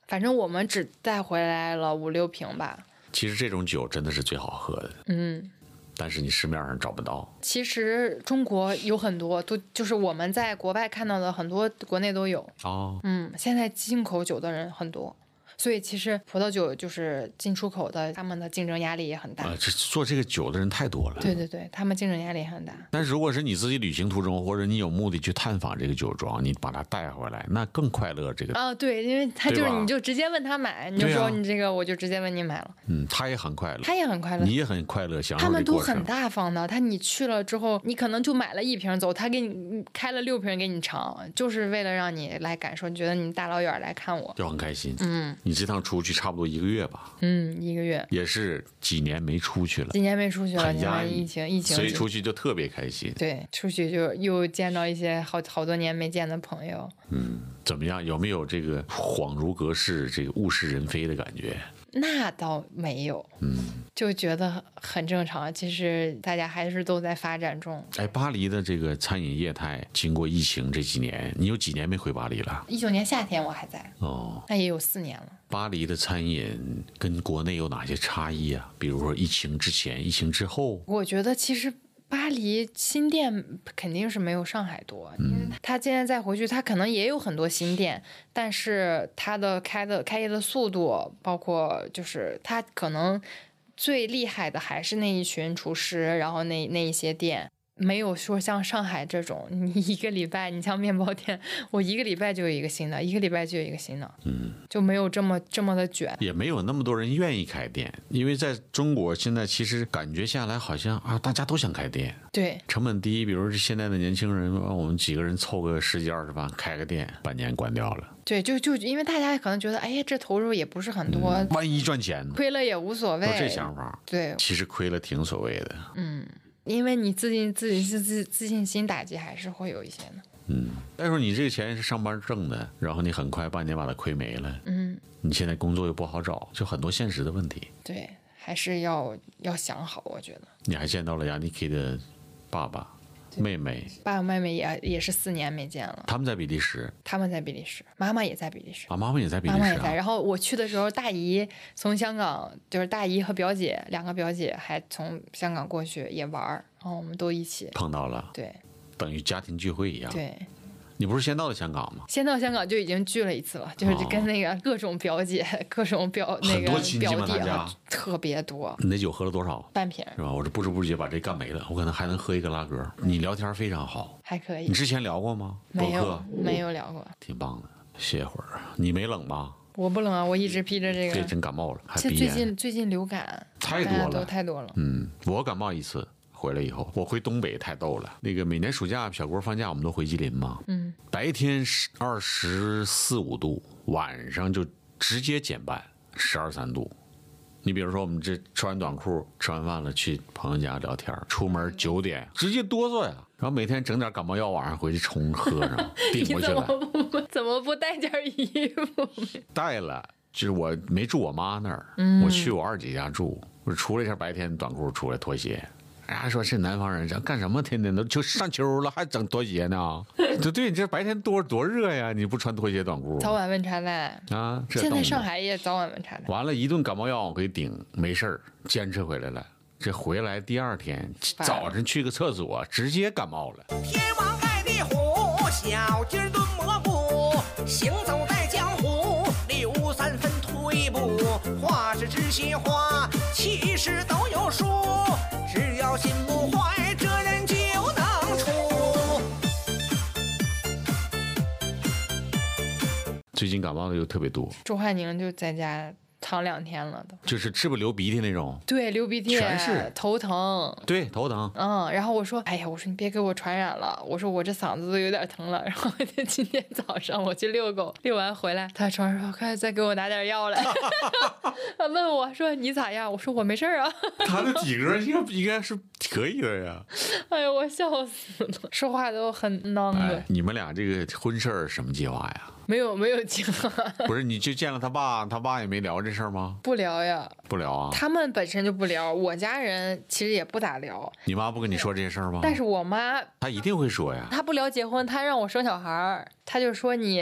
Speaker 2: 反正我们只带回来了五六瓶吧。
Speaker 1: 其实这种酒真的是最好喝的，
Speaker 2: 嗯。
Speaker 1: 但是你市面上找不到。
Speaker 2: 其实中国有很多，都就是我们在国外看到的很多，国内都有。
Speaker 1: 哦，
Speaker 2: 嗯，现在进口酒的人很多，所以其实葡萄酒就是进出口的，他们的竞争压力也很大。
Speaker 1: 啊，这做这个酒的人太多了。
Speaker 2: 对。对对，他们竞争压力也很大。
Speaker 1: 但如果是你自己旅行途中，或者你有目的去探访这个酒庄，你把它带回来，那更快乐。这个，
Speaker 2: 啊，对，因为他就
Speaker 1: 对吧
Speaker 2: 是你就直接问他买，你就
Speaker 1: 对啊
Speaker 2: 说你这个我就直接问你买了，
Speaker 1: 嗯，他也很快乐，
Speaker 2: 他也很快乐。
Speaker 1: 你也很快乐，享受
Speaker 2: 他们
Speaker 1: 这
Speaker 2: 都
Speaker 1: 过程
Speaker 2: 很。大方的，他你去了之后，你可能就买了一瓶走，他给你开了六瓶给你尝，就是为了让你来感受，你觉得你大老远来看我，
Speaker 1: 就很开心。
Speaker 2: 嗯
Speaker 1: 你这趟出去差不多一个月吧，
Speaker 2: 嗯，一个月，
Speaker 1: 也是几年没出去了，
Speaker 2: 今年没出去了，
Speaker 1: 很
Speaker 2: 因
Speaker 1: 压
Speaker 2: 为
Speaker 1: 抑。
Speaker 2: 疫情，疫情
Speaker 1: 所以
Speaker 2: 是
Speaker 1: 出去就特别开心。
Speaker 2: 对出去就又见到一些好好多年没见的朋友。
Speaker 1: 嗯，怎么样？有没有这个恍如隔世、这个物是人非的感觉？
Speaker 2: 那倒没有，
Speaker 1: 嗯，
Speaker 2: 就觉得很正常。其实大家还是都在发展中。
Speaker 1: 哎，巴黎的这个餐饮业态，经过疫情这几年，你有几年没回巴黎了？
Speaker 2: 一九年夏天我还在，
Speaker 1: 哦，
Speaker 2: 那也有四年了。
Speaker 1: 巴黎的餐饮跟国内有哪些差异啊？比如说疫情之前、疫情之后，
Speaker 2: 我觉得其实巴黎新店肯定是没有上海多，因为他现在再回去，他可能也有很多新店，但是他的开的开业的速度，包括就是他可能最厉害的还是那一群厨师，然后那那一些店。没有说像上海这种，你一个礼拜，你像面包店，我一个礼拜就有一个新的，一个礼拜就有一个新的，
Speaker 1: 嗯，
Speaker 2: 就没有这么这么的卷。
Speaker 1: 也没有那么多人愿意开店，因为在中国现在其实感觉下来好像啊，大家都想开店，
Speaker 2: 对，
Speaker 1: 成本低。比如说现在的年轻人，啊我们几个人凑个十几二十万开个店，半年关掉了，
Speaker 2: 对，就就因为大家可能觉得，哎呀，这投入也不是很多，
Speaker 1: 万一赚钱呢？
Speaker 2: 亏了也无所
Speaker 1: 都
Speaker 2: 谓。
Speaker 1: 这想法，
Speaker 2: 对，
Speaker 1: 其实亏了挺所谓的。
Speaker 2: 因为你自信自己自自自信心打击还是会有一些的。
Speaker 1: 嗯，再说你这个钱是上班挣的，然后你很快半年把它亏没了，
Speaker 2: 嗯，
Speaker 1: 你现在工作又不好找，就很多现实的问题。
Speaker 2: 对，还是要要想好。我觉得
Speaker 1: 你还见到了亚尼基的爸爸、妹妹，
Speaker 2: 爸爸妈妈也也是四年没见了，
Speaker 1: 他们在比利时
Speaker 2: 他们在比利时，妈妈也在比利时。
Speaker 1: 啊，妈妈也在比利
Speaker 2: 妈妈也
Speaker 1: 时
Speaker 2: 在，
Speaker 1: 啊。
Speaker 2: 然后我去的时候，大姨从香港，就是大姨和表姐两个表姐还从香港过去也玩儿，然后我们都一起，
Speaker 1: 碰到了，
Speaker 2: 对
Speaker 1: 等于家庭聚会一样。
Speaker 2: 对，
Speaker 1: 你不是先到的香港吗？
Speaker 2: 先到香港就已经聚了一次了，就是
Speaker 1: 哦
Speaker 2: 跟那个各种表姐、各种表那
Speaker 1: 很
Speaker 2: 个
Speaker 1: 多亲戚吗
Speaker 2: 表弟
Speaker 1: 大
Speaker 2: 啊
Speaker 1: 家，
Speaker 2: 特别多，
Speaker 1: 你那酒喝了多少？
Speaker 2: 半瓶儿
Speaker 1: 是吧？我这不知不觉把这干没了，我可能还能喝一个拉格。你聊天非常好，
Speaker 2: 还可以
Speaker 1: 你，之前聊过吗？博
Speaker 2: 嗯没有
Speaker 1: 客
Speaker 2: 没有聊过，
Speaker 1: 挺棒的。歇会儿，啊你没冷吧？
Speaker 2: 我不冷啊，我一直披着这
Speaker 1: 这
Speaker 2: 个。
Speaker 1: 真感冒了，还
Speaker 2: 这
Speaker 1: 鼻
Speaker 2: 最
Speaker 1: 炎。啊
Speaker 2: 近最近流感
Speaker 1: 太
Speaker 2: 大家
Speaker 1: 多了
Speaker 2: 都太多了。
Speaker 1: 嗯，我感冒一次回来以后，我回东北太逗了。那个每年暑假小郭放假，我们都回吉林嘛。
Speaker 2: 嗯，
Speaker 1: 白天十二十四五度，晚上就直接减半，十二三度。你比如说，我们这穿完短裤，吃完饭了去朋友家聊天儿，出门九点直接哆嗦呀，然后每天整点感冒药，晚上回去冲喝
Speaker 2: [laughs]
Speaker 1: 上，
Speaker 2: 你
Speaker 1: 顶过去
Speaker 2: 怎么
Speaker 1: 了。
Speaker 2: 不 [laughs] 怎么不带件衣服？
Speaker 1: 带了，就是我没住我妈那儿，我去我二姐家住，我出来一下白天短裤，出来拖鞋。人家说是南方人，这干什么？天天都就上秋了，还整拖鞋呢？对对，你这白天多多热呀，你不穿拖鞋短裤
Speaker 2: [laughs] 早晚温差大，
Speaker 1: 啊？ [laughs] 这
Speaker 2: 现
Speaker 1: 冻
Speaker 2: 在
Speaker 1: 的
Speaker 2: 上海也早晚温差大，
Speaker 1: 完了，一顿感冒药往回顶，没事儿，坚持回来了。这回来第二天早晨去个厕所，直接感冒了。
Speaker 6: 天王盖地虎，小鸡儿炖蘑菇，行走在江湖，刘三分退步，话是知心话，其实都有数，只要心不坏，这人就能出。
Speaker 1: 最近感冒的又特别多，
Speaker 2: 周汉宁就在家躺两天了都。
Speaker 1: 就是吃不流鼻涕那种，
Speaker 2: 对，流鼻涕啊
Speaker 1: 全是，
Speaker 2: 头疼。
Speaker 1: 对，头疼。
Speaker 2: 嗯，然后我说，哎呀，我说你别给我传染了，我说我这嗓子都有点疼了。然后今天早上我去遛狗，遛完回来，他在床上说，快再给我拿点药来。他问我说你咋样？我说我没事儿啊。 [laughs]
Speaker 1: 他的体格应该应该是可以的呀。
Speaker 2: 哎呦，我笑死了，说话都很囔的
Speaker 1: 哎，，你们俩这个婚事儿什么计划
Speaker 2: [laughs]
Speaker 1: 呀？
Speaker 2: 没有没有情况， [laughs]
Speaker 1: 不是，你就见了他爸，他爸也没聊这事儿吗？
Speaker 2: 不聊呀。
Speaker 1: 不聊啊。
Speaker 2: 他们本身就不聊，我家人其实也不咋聊，
Speaker 1: 你妈不跟你说这些事儿吗？
Speaker 2: 但是我妈
Speaker 1: 他一定会说呀。
Speaker 2: 他不聊结婚，他让我生小孩儿，他就说你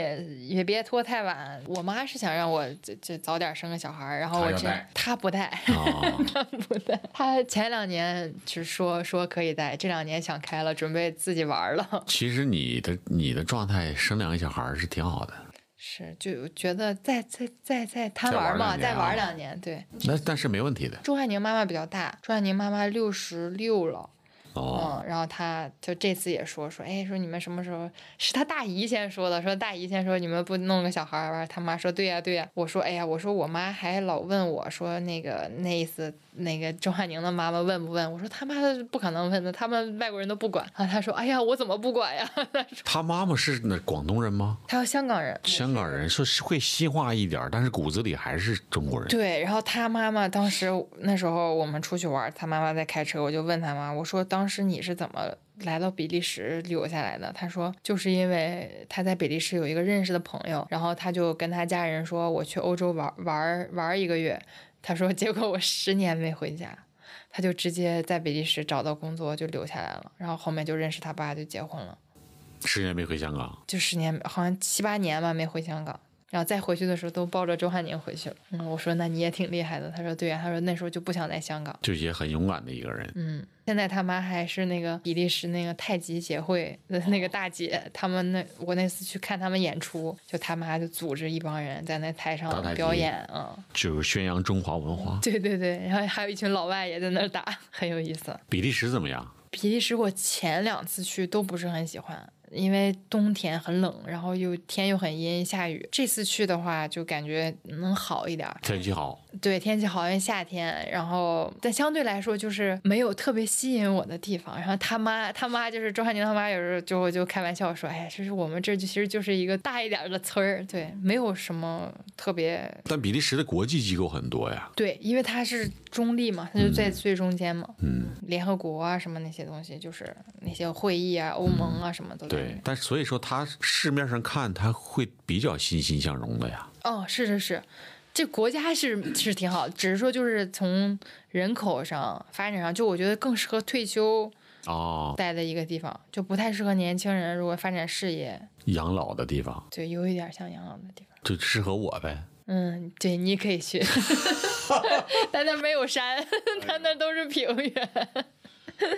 Speaker 2: 也别拖太晚。我妈是想让我这这早点生个小孩儿，然后我
Speaker 1: 她要
Speaker 2: 这
Speaker 1: 带
Speaker 2: 他不带， [laughs]
Speaker 1: 啊，
Speaker 2: 他不带。他前两年是说说可以带，这两年想开了，准备自己玩儿了。 [laughs]
Speaker 1: 其实你的你的状态生两个小孩儿是挺好的，
Speaker 2: 是，就觉得再再再再贪
Speaker 1: 再玩
Speaker 2: 玩儿
Speaker 1: 儿
Speaker 2: 嘛，
Speaker 1: 两
Speaker 2: 再
Speaker 1: 年
Speaker 2: 玩儿
Speaker 1: 啊
Speaker 2: 两年。对，
Speaker 1: 那但是没问题的。
Speaker 2: 朱汉宁妈妈比较大，朱汉宁妈妈六十六了。
Speaker 1: 哦，
Speaker 2: 嗯，然后他就这次也说说，哎，说你们什么时候是他大姨先说的，说大姨先说你们不弄个小孩儿玩儿，他妈说对呀、对呀、我说哎呀，我说我妈还老问我说那个那意思那个周汉宁的妈妈问不问？我说他妈的不可能问的，他们外国人都不管。然后他说哎呀，我怎么不管呀？ [laughs]
Speaker 1: 他妈妈是那广东人吗？
Speaker 2: 他要香港人。
Speaker 1: 香港人说是会西化一点儿，但是骨子里还是中国人。
Speaker 2: 对，然后他妈妈当时那时候我们出去玩儿，他妈妈在开车，我就问他妈，我说当时你是怎么来到比利时留下来的？他说就是因为他在比利时有一个认识的朋友，然后他就跟他家人说我去欧洲玩儿玩儿玩儿一个月，他说结果我十年没回家。他就直接在比利时找到工作，就留下来了。然后后面就认识他爸，就结婚了。
Speaker 1: 十年没回香港，
Speaker 2: 就十年，好像七八年吧，没回香港。然后再回去的时候，都抱着周汉宁回去了。嗯，我说那你也挺厉害的。他说对啊呀、他说那时候就不想在香港。
Speaker 1: 就也很勇敢的一个人。
Speaker 2: 嗯，现在他妈还是那个比利时那个太极协会的那
Speaker 1: 哦
Speaker 2: 个大姐，他们那我那次去看他们演出，就他妈就组织一帮人在那台
Speaker 1: 打
Speaker 2: 上
Speaker 1: 太极
Speaker 2: 表演
Speaker 1: [laughs]
Speaker 2: 啊、嗯
Speaker 1: 就是宣扬中华文化。
Speaker 2: 对对对，然后还有一群老外也在那儿打，很有意思。
Speaker 1: 比利时怎么样？
Speaker 2: 比利时我前两次去都不是很喜欢，因为冬天很冷，然后又天又很阴，下雨。这次去的话就感觉能好一点儿，
Speaker 1: 天气好，
Speaker 2: 对，天气好像夏天，然后但相对来说就是没有特别吸引我的地方。然后他妈他妈就是周汉宁他妈有时候就就开玩笑说，哎呀，这是我们这就其实就是一个大一点儿的村儿，对，没有什么特别
Speaker 1: 但比利时的国际机构很多呀。
Speaker 2: 对，因为它是中立嘛，它就在最中间嘛，
Speaker 1: 嗯，
Speaker 2: 联合国啊什么那些东西，就是那些会议啊、欧盟啊什么都
Speaker 1: 嗯
Speaker 2: 在那
Speaker 1: 对，但所以说他市面上看他会比较欣欣向荣的呀。
Speaker 2: 哦，是是是，这国家是是挺好，只是说就是从人口上发展上，就我觉得更适合退休
Speaker 1: 哦，
Speaker 2: 待的一个地方，就不太适合年轻人如果发展事业，
Speaker 1: 养老的地方
Speaker 2: 对，有一点像养老的地方。
Speaker 1: 就适合我
Speaker 2: [laughs]
Speaker 1: 呗。
Speaker 2: 嗯，对，你可
Speaker 1: [laughs]
Speaker 2: 以去，但那没有山， [laughs] 但那都是平原，
Speaker 1: 啊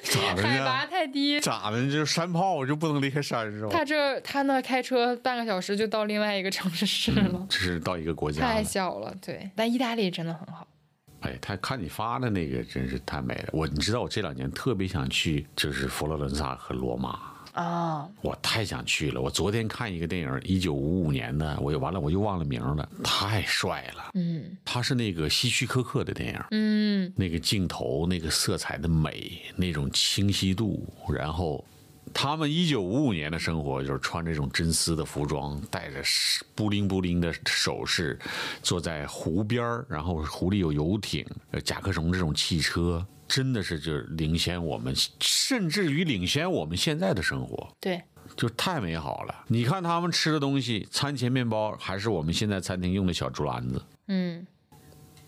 Speaker 7: 咋的
Speaker 2: 海拔
Speaker 7: 呢？
Speaker 2: 太低。
Speaker 7: 咋的？就是山炮我就不能离开山
Speaker 1: 哦
Speaker 7: 是吧
Speaker 2: 他？这他那开车半个小时就到另外一个城市了，
Speaker 1: 这是到一个国家
Speaker 2: 太
Speaker 1: 嗯了，
Speaker 2: 小了。对，但意大利真的很好。
Speaker 1: 哎，他看你发的那个真是太美了。我你知道我这两年特别想去，就是佛罗伦萨和罗马，
Speaker 2: 啊，
Speaker 1: 我太想去了。我昨天看一个电影，一九五五年的，我就完了，我就忘了名了，太帅了。
Speaker 2: 嗯
Speaker 1: 他是那个希区柯克的电影，
Speaker 2: 嗯，
Speaker 1: 那个镜头、那个色彩的美、那种清晰度，然后他们一九五五年的生活就是穿着这种真丝的服装，戴着布灵布灵的首饰，坐在湖边儿，然后湖里有游艇、呃甲壳虫这种汽车，真的是就是领先我们，甚至于领先我们现在的生活。
Speaker 2: 对，
Speaker 1: 就太美好了！你看他们吃的东西，餐前面包还是我们现在餐厅用的小竹篮子。
Speaker 2: 嗯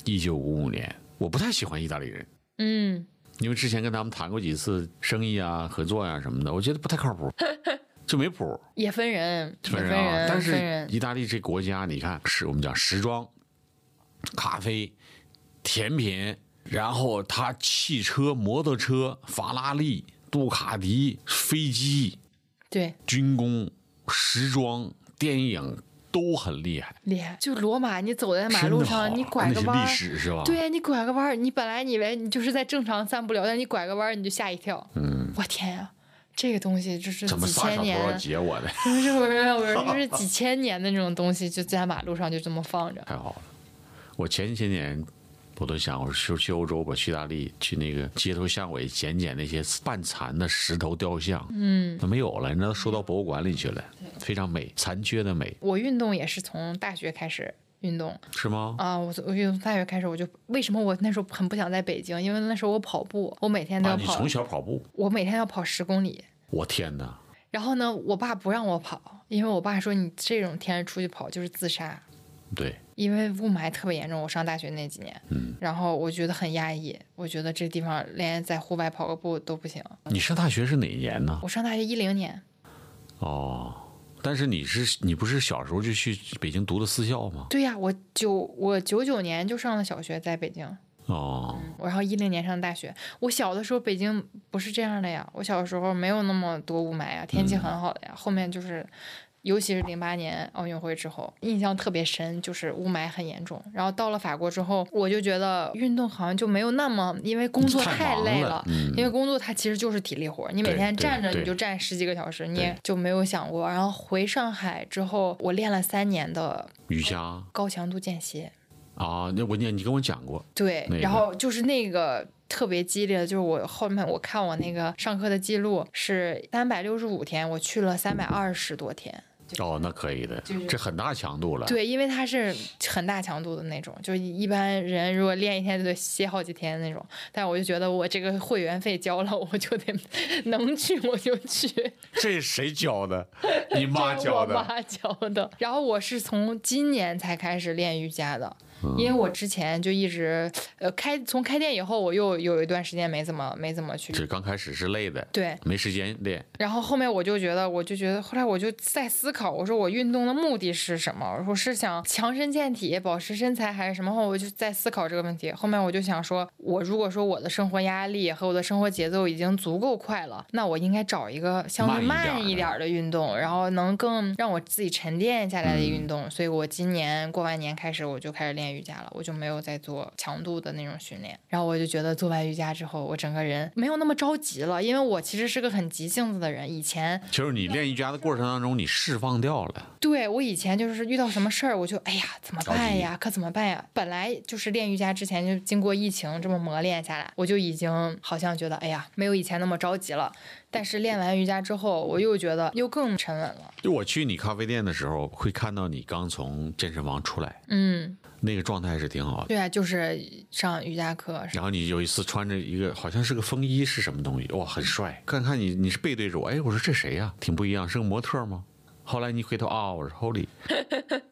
Speaker 1: 一九五五年，我不太喜欢意大利人，
Speaker 2: 嗯，
Speaker 1: 因为之前跟他们谈过几次生意啊、合作呀、什么的，我觉得不太靠谱， [laughs] 就没谱。
Speaker 2: 也分人，也分
Speaker 1: 人啊，
Speaker 2: 人，
Speaker 1: 但
Speaker 2: 分
Speaker 1: 是
Speaker 2: 人
Speaker 1: 意大利这国家，你看，是我们讲时装、咖啡、甜品，然后它汽车、摩托车、法拉利、杜卡迪、飞机、
Speaker 2: 对
Speaker 1: 军工、时装、电影都很厉害。
Speaker 2: 厉害。就罗马，你走在马
Speaker 1: 真
Speaker 2: 路
Speaker 1: 的好啊
Speaker 2: 上，你拐
Speaker 1: 那
Speaker 2: 个
Speaker 1: 是
Speaker 2: 弯
Speaker 1: 历
Speaker 2: 儿，
Speaker 1: 史啊是吧？
Speaker 2: 对，呀，你拐个弯儿，你本来以为你就是在正常散步了，但你拐个弯儿你就吓一跳。
Speaker 1: 嗯，
Speaker 2: 我天呀、这个东西就是
Speaker 1: 怎么
Speaker 2: 几
Speaker 1: 撒
Speaker 2: 千
Speaker 1: 小多
Speaker 2: 年，
Speaker 1: 少节我的，
Speaker 2: 不是不是不是， [laughs] 就是几千年的那种东西，就在马路上就这么放着。
Speaker 1: 太好了！我前些年我都想，我说去去欧洲吧，去意大利，去那个街头巷尾捡捡那些半残的石头雕像，
Speaker 2: 嗯，
Speaker 1: 那没有了，人家都收到博物馆里去了，非常美，残缺的美，
Speaker 2: 我运动也是从大学开始运动，
Speaker 1: 是吗？
Speaker 2: 啊，我从我就从大学开始，我就为什么我那时候很不想在北京，因为那时候我跑步，我每天都
Speaker 1: 啊，
Speaker 2: 要
Speaker 1: 你
Speaker 2: 跑，
Speaker 1: 从小跑步，
Speaker 2: 我每天要跑十公里。
Speaker 1: 我天哪！
Speaker 2: 然后呢，我爸不让我跑，因为我爸说你这种天天出去跑就是自杀，
Speaker 1: 对，
Speaker 2: 因为雾霾特别严重。我上大学那几年，
Speaker 1: 嗯，
Speaker 2: 然后我觉得很压抑，我觉得这地方连在户外跑个步都不行。
Speaker 1: 你上大学是哪一年呢？
Speaker 2: 我上大学一零年，
Speaker 1: 哦，但是你是你不是小时候就去北京读的私校吗？
Speaker 2: 对呀、我九我九九年就上了小学，在北京。
Speaker 1: 哦，
Speaker 2: 我然后一零年上大学，我小的时候北京不是这样的呀，我小时候没有那么多雾霾呀，天气
Speaker 1: 嗯
Speaker 2: 很好的呀。后面就是，尤其是零八年奥运会之后，印象特别深，就是雾霾很严重。然后到了法国之后，我就觉得运动好像就没有那么，因为工作
Speaker 1: 太忙
Speaker 2: 累
Speaker 1: 了嗯
Speaker 2: 因为工作它其实就是体力活儿，你每
Speaker 1: 对
Speaker 2: 天
Speaker 1: 对
Speaker 2: 站着
Speaker 1: 对
Speaker 2: 你就站十几个小时，你
Speaker 1: 对
Speaker 2: 也就没有想过。然后回上海之后，我练了三年的
Speaker 1: 瑜伽
Speaker 2: 高强度间歇。
Speaker 1: 啊，那我你你跟我讲过，
Speaker 2: 对，
Speaker 1: 那
Speaker 2: 然
Speaker 1: 个
Speaker 2: 后就是那个特别激烈的，就是我后面我看我那个上课的记录是三百六十五天，我去了三百二十多天。
Speaker 1: 哦，那可以的，这很大强度了。
Speaker 2: 对，因为它是很大强度的那种，就一般人如果练一天就得歇好几天那种。但我就觉得我这个会员费交了，我就得能去我就去。
Speaker 1: 这是谁教
Speaker 2: [laughs]
Speaker 1: 的？你妈
Speaker 2: 这是
Speaker 1: 教
Speaker 2: 我
Speaker 1: 的。
Speaker 2: 妈教的。然后我是从今年才开始练瑜伽的，
Speaker 1: 嗯
Speaker 2: 因为我之前就一直呃开从开店以后，我又有一段时间没怎么没怎么去。
Speaker 1: 这刚开始是累的，
Speaker 2: 对，
Speaker 1: 没时间练。
Speaker 2: 然后后面我就觉得，我就觉得，后来我就在思考，我说我运动的目的是什么？我说是想强身健体、保持身材还是什么？后来我就在思考这个问题。后面我就想说，我如果说我的生活压力和我的生活节奏已经足够快了，那我应该找一个相对
Speaker 1: 慢一点儿
Speaker 2: 慢一
Speaker 1: 的
Speaker 2: 点儿的运动，然后能更让我自己沉淀下来的
Speaker 1: 嗯
Speaker 2: 运动。所以我今年过完年开始，我就开始练瑜伽了，我就没有再做强度的那种训练。然后我就觉得做完瑜伽之后，我整个人没有那么着急了，因为我其实是个很急性子的人。以前
Speaker 1: 就是你练瑜伽的过程当中，你释放掉了，
Speaker 2: 对我以前就是遇到什么事儿，我就哎呀怎么办
Speaker 1: 着
Speaker 2: 呀，可怎么办呀？本来就是练瑜伽之前就经过疫情这么磨练下来，我就已经好像觉得哎呀没有以前那么着急了。但是练完瑜伽之后，我又觉得又更沉稳了。
Speaker 1: 就我去你咖啡店的时候，会看到你刚从健身房出来，
Speaker 2: 嗯，
Speaker 1: 那个状态是挺好的。
Speaker 2: 对啊，就是上瑜伽课是
Speaker 1: 然后你有一次穿着一个好像是个风衣是什么东西，哇，很帅。看看你你是背对着我，哎，我说这谁呀、挺不一样，是个模特吗？后来你回头啊，我是
Speaker 2: [laughs]
Speaker 1: Holy，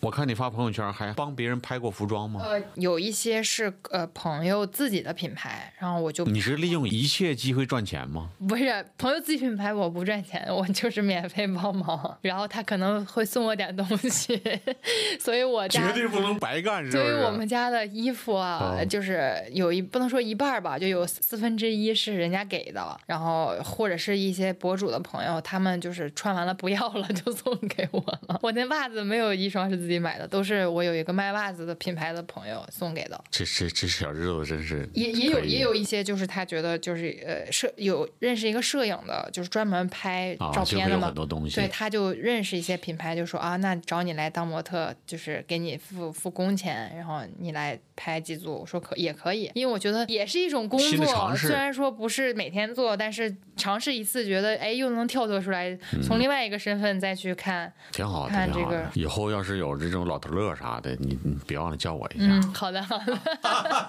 Speaker 1: 我看你发朋友圈还帮别人拍过服装吗？
Speaker 2: 呃，有一些是呃朋友自己的品牌，然后我就
Speaker 1: 你是利用一切机会赚钱吗？
Speaker 2: 不是朋友自己品牌，我不赚钱，我就是免费帮忙。然后他可能会送我点东西， [laughs] 所以我家
Speaker 7: 绝对不能白干，是不
Speaker 2: 所以
Speaker 7: 是？
Speaker 2: 我们家的衣服啊，
Speaker 7: 哦
Speaker 2: 就是有一不能说一半儿吧，就有四四分之一是人家给的，然后或者是一些博主的朋友，他们就是穿完了不要了就送给我了。我那袜子没有一双是自己买的，都是我有一个卖袜子的品牌的朋友送给的。
Speaker 1: 这这这小日子真是
Speaker 2: 也也有
Speaker 1: 可以
Speaker 2: 也有一些就是他觉得就是呃摄有认识一个摄影的，就是专门拍
Speaker 1: 啊，
Speaker 2: 照
Speaker 1: 就
Speaker 2: 片
Speaker 1: 会
Speaker 2: 的
Speaker 1: 有
Speaker 2: 嘛，
Speaker 1: 很多东西。
Speaker 2: 对，他就认识一些品牌，就说啊，那找你来当模特，就是给你付付工钱，然后你来拍几组。我说可也可以，因为我觉得也是一种工
Speaker 1: 新的
Speaker 2: 作，
Speaker 1: 尝试
Speaker 2: 虽然说不是每天做，但是尝试一次，觉得哎，又能跳脱出来，
Speaker 1: 嗯
Speaker 2: 从另外一个身份再去看。
Speaker 1: 挺好的，
Speaker 2: 看
Speaker 1: 挺好
Speaker 2: 这
Speaker 1: 的
Speaker 2: 个。
Speaker 1: 以后要是有这种老头乐啥的，你你别忘了叫我一下。
Speaker 2: 嗯， [laughs] 好的，好
Speaker 1: [laughs]
Speaker 2: 的，
Speaker 7: [laughs]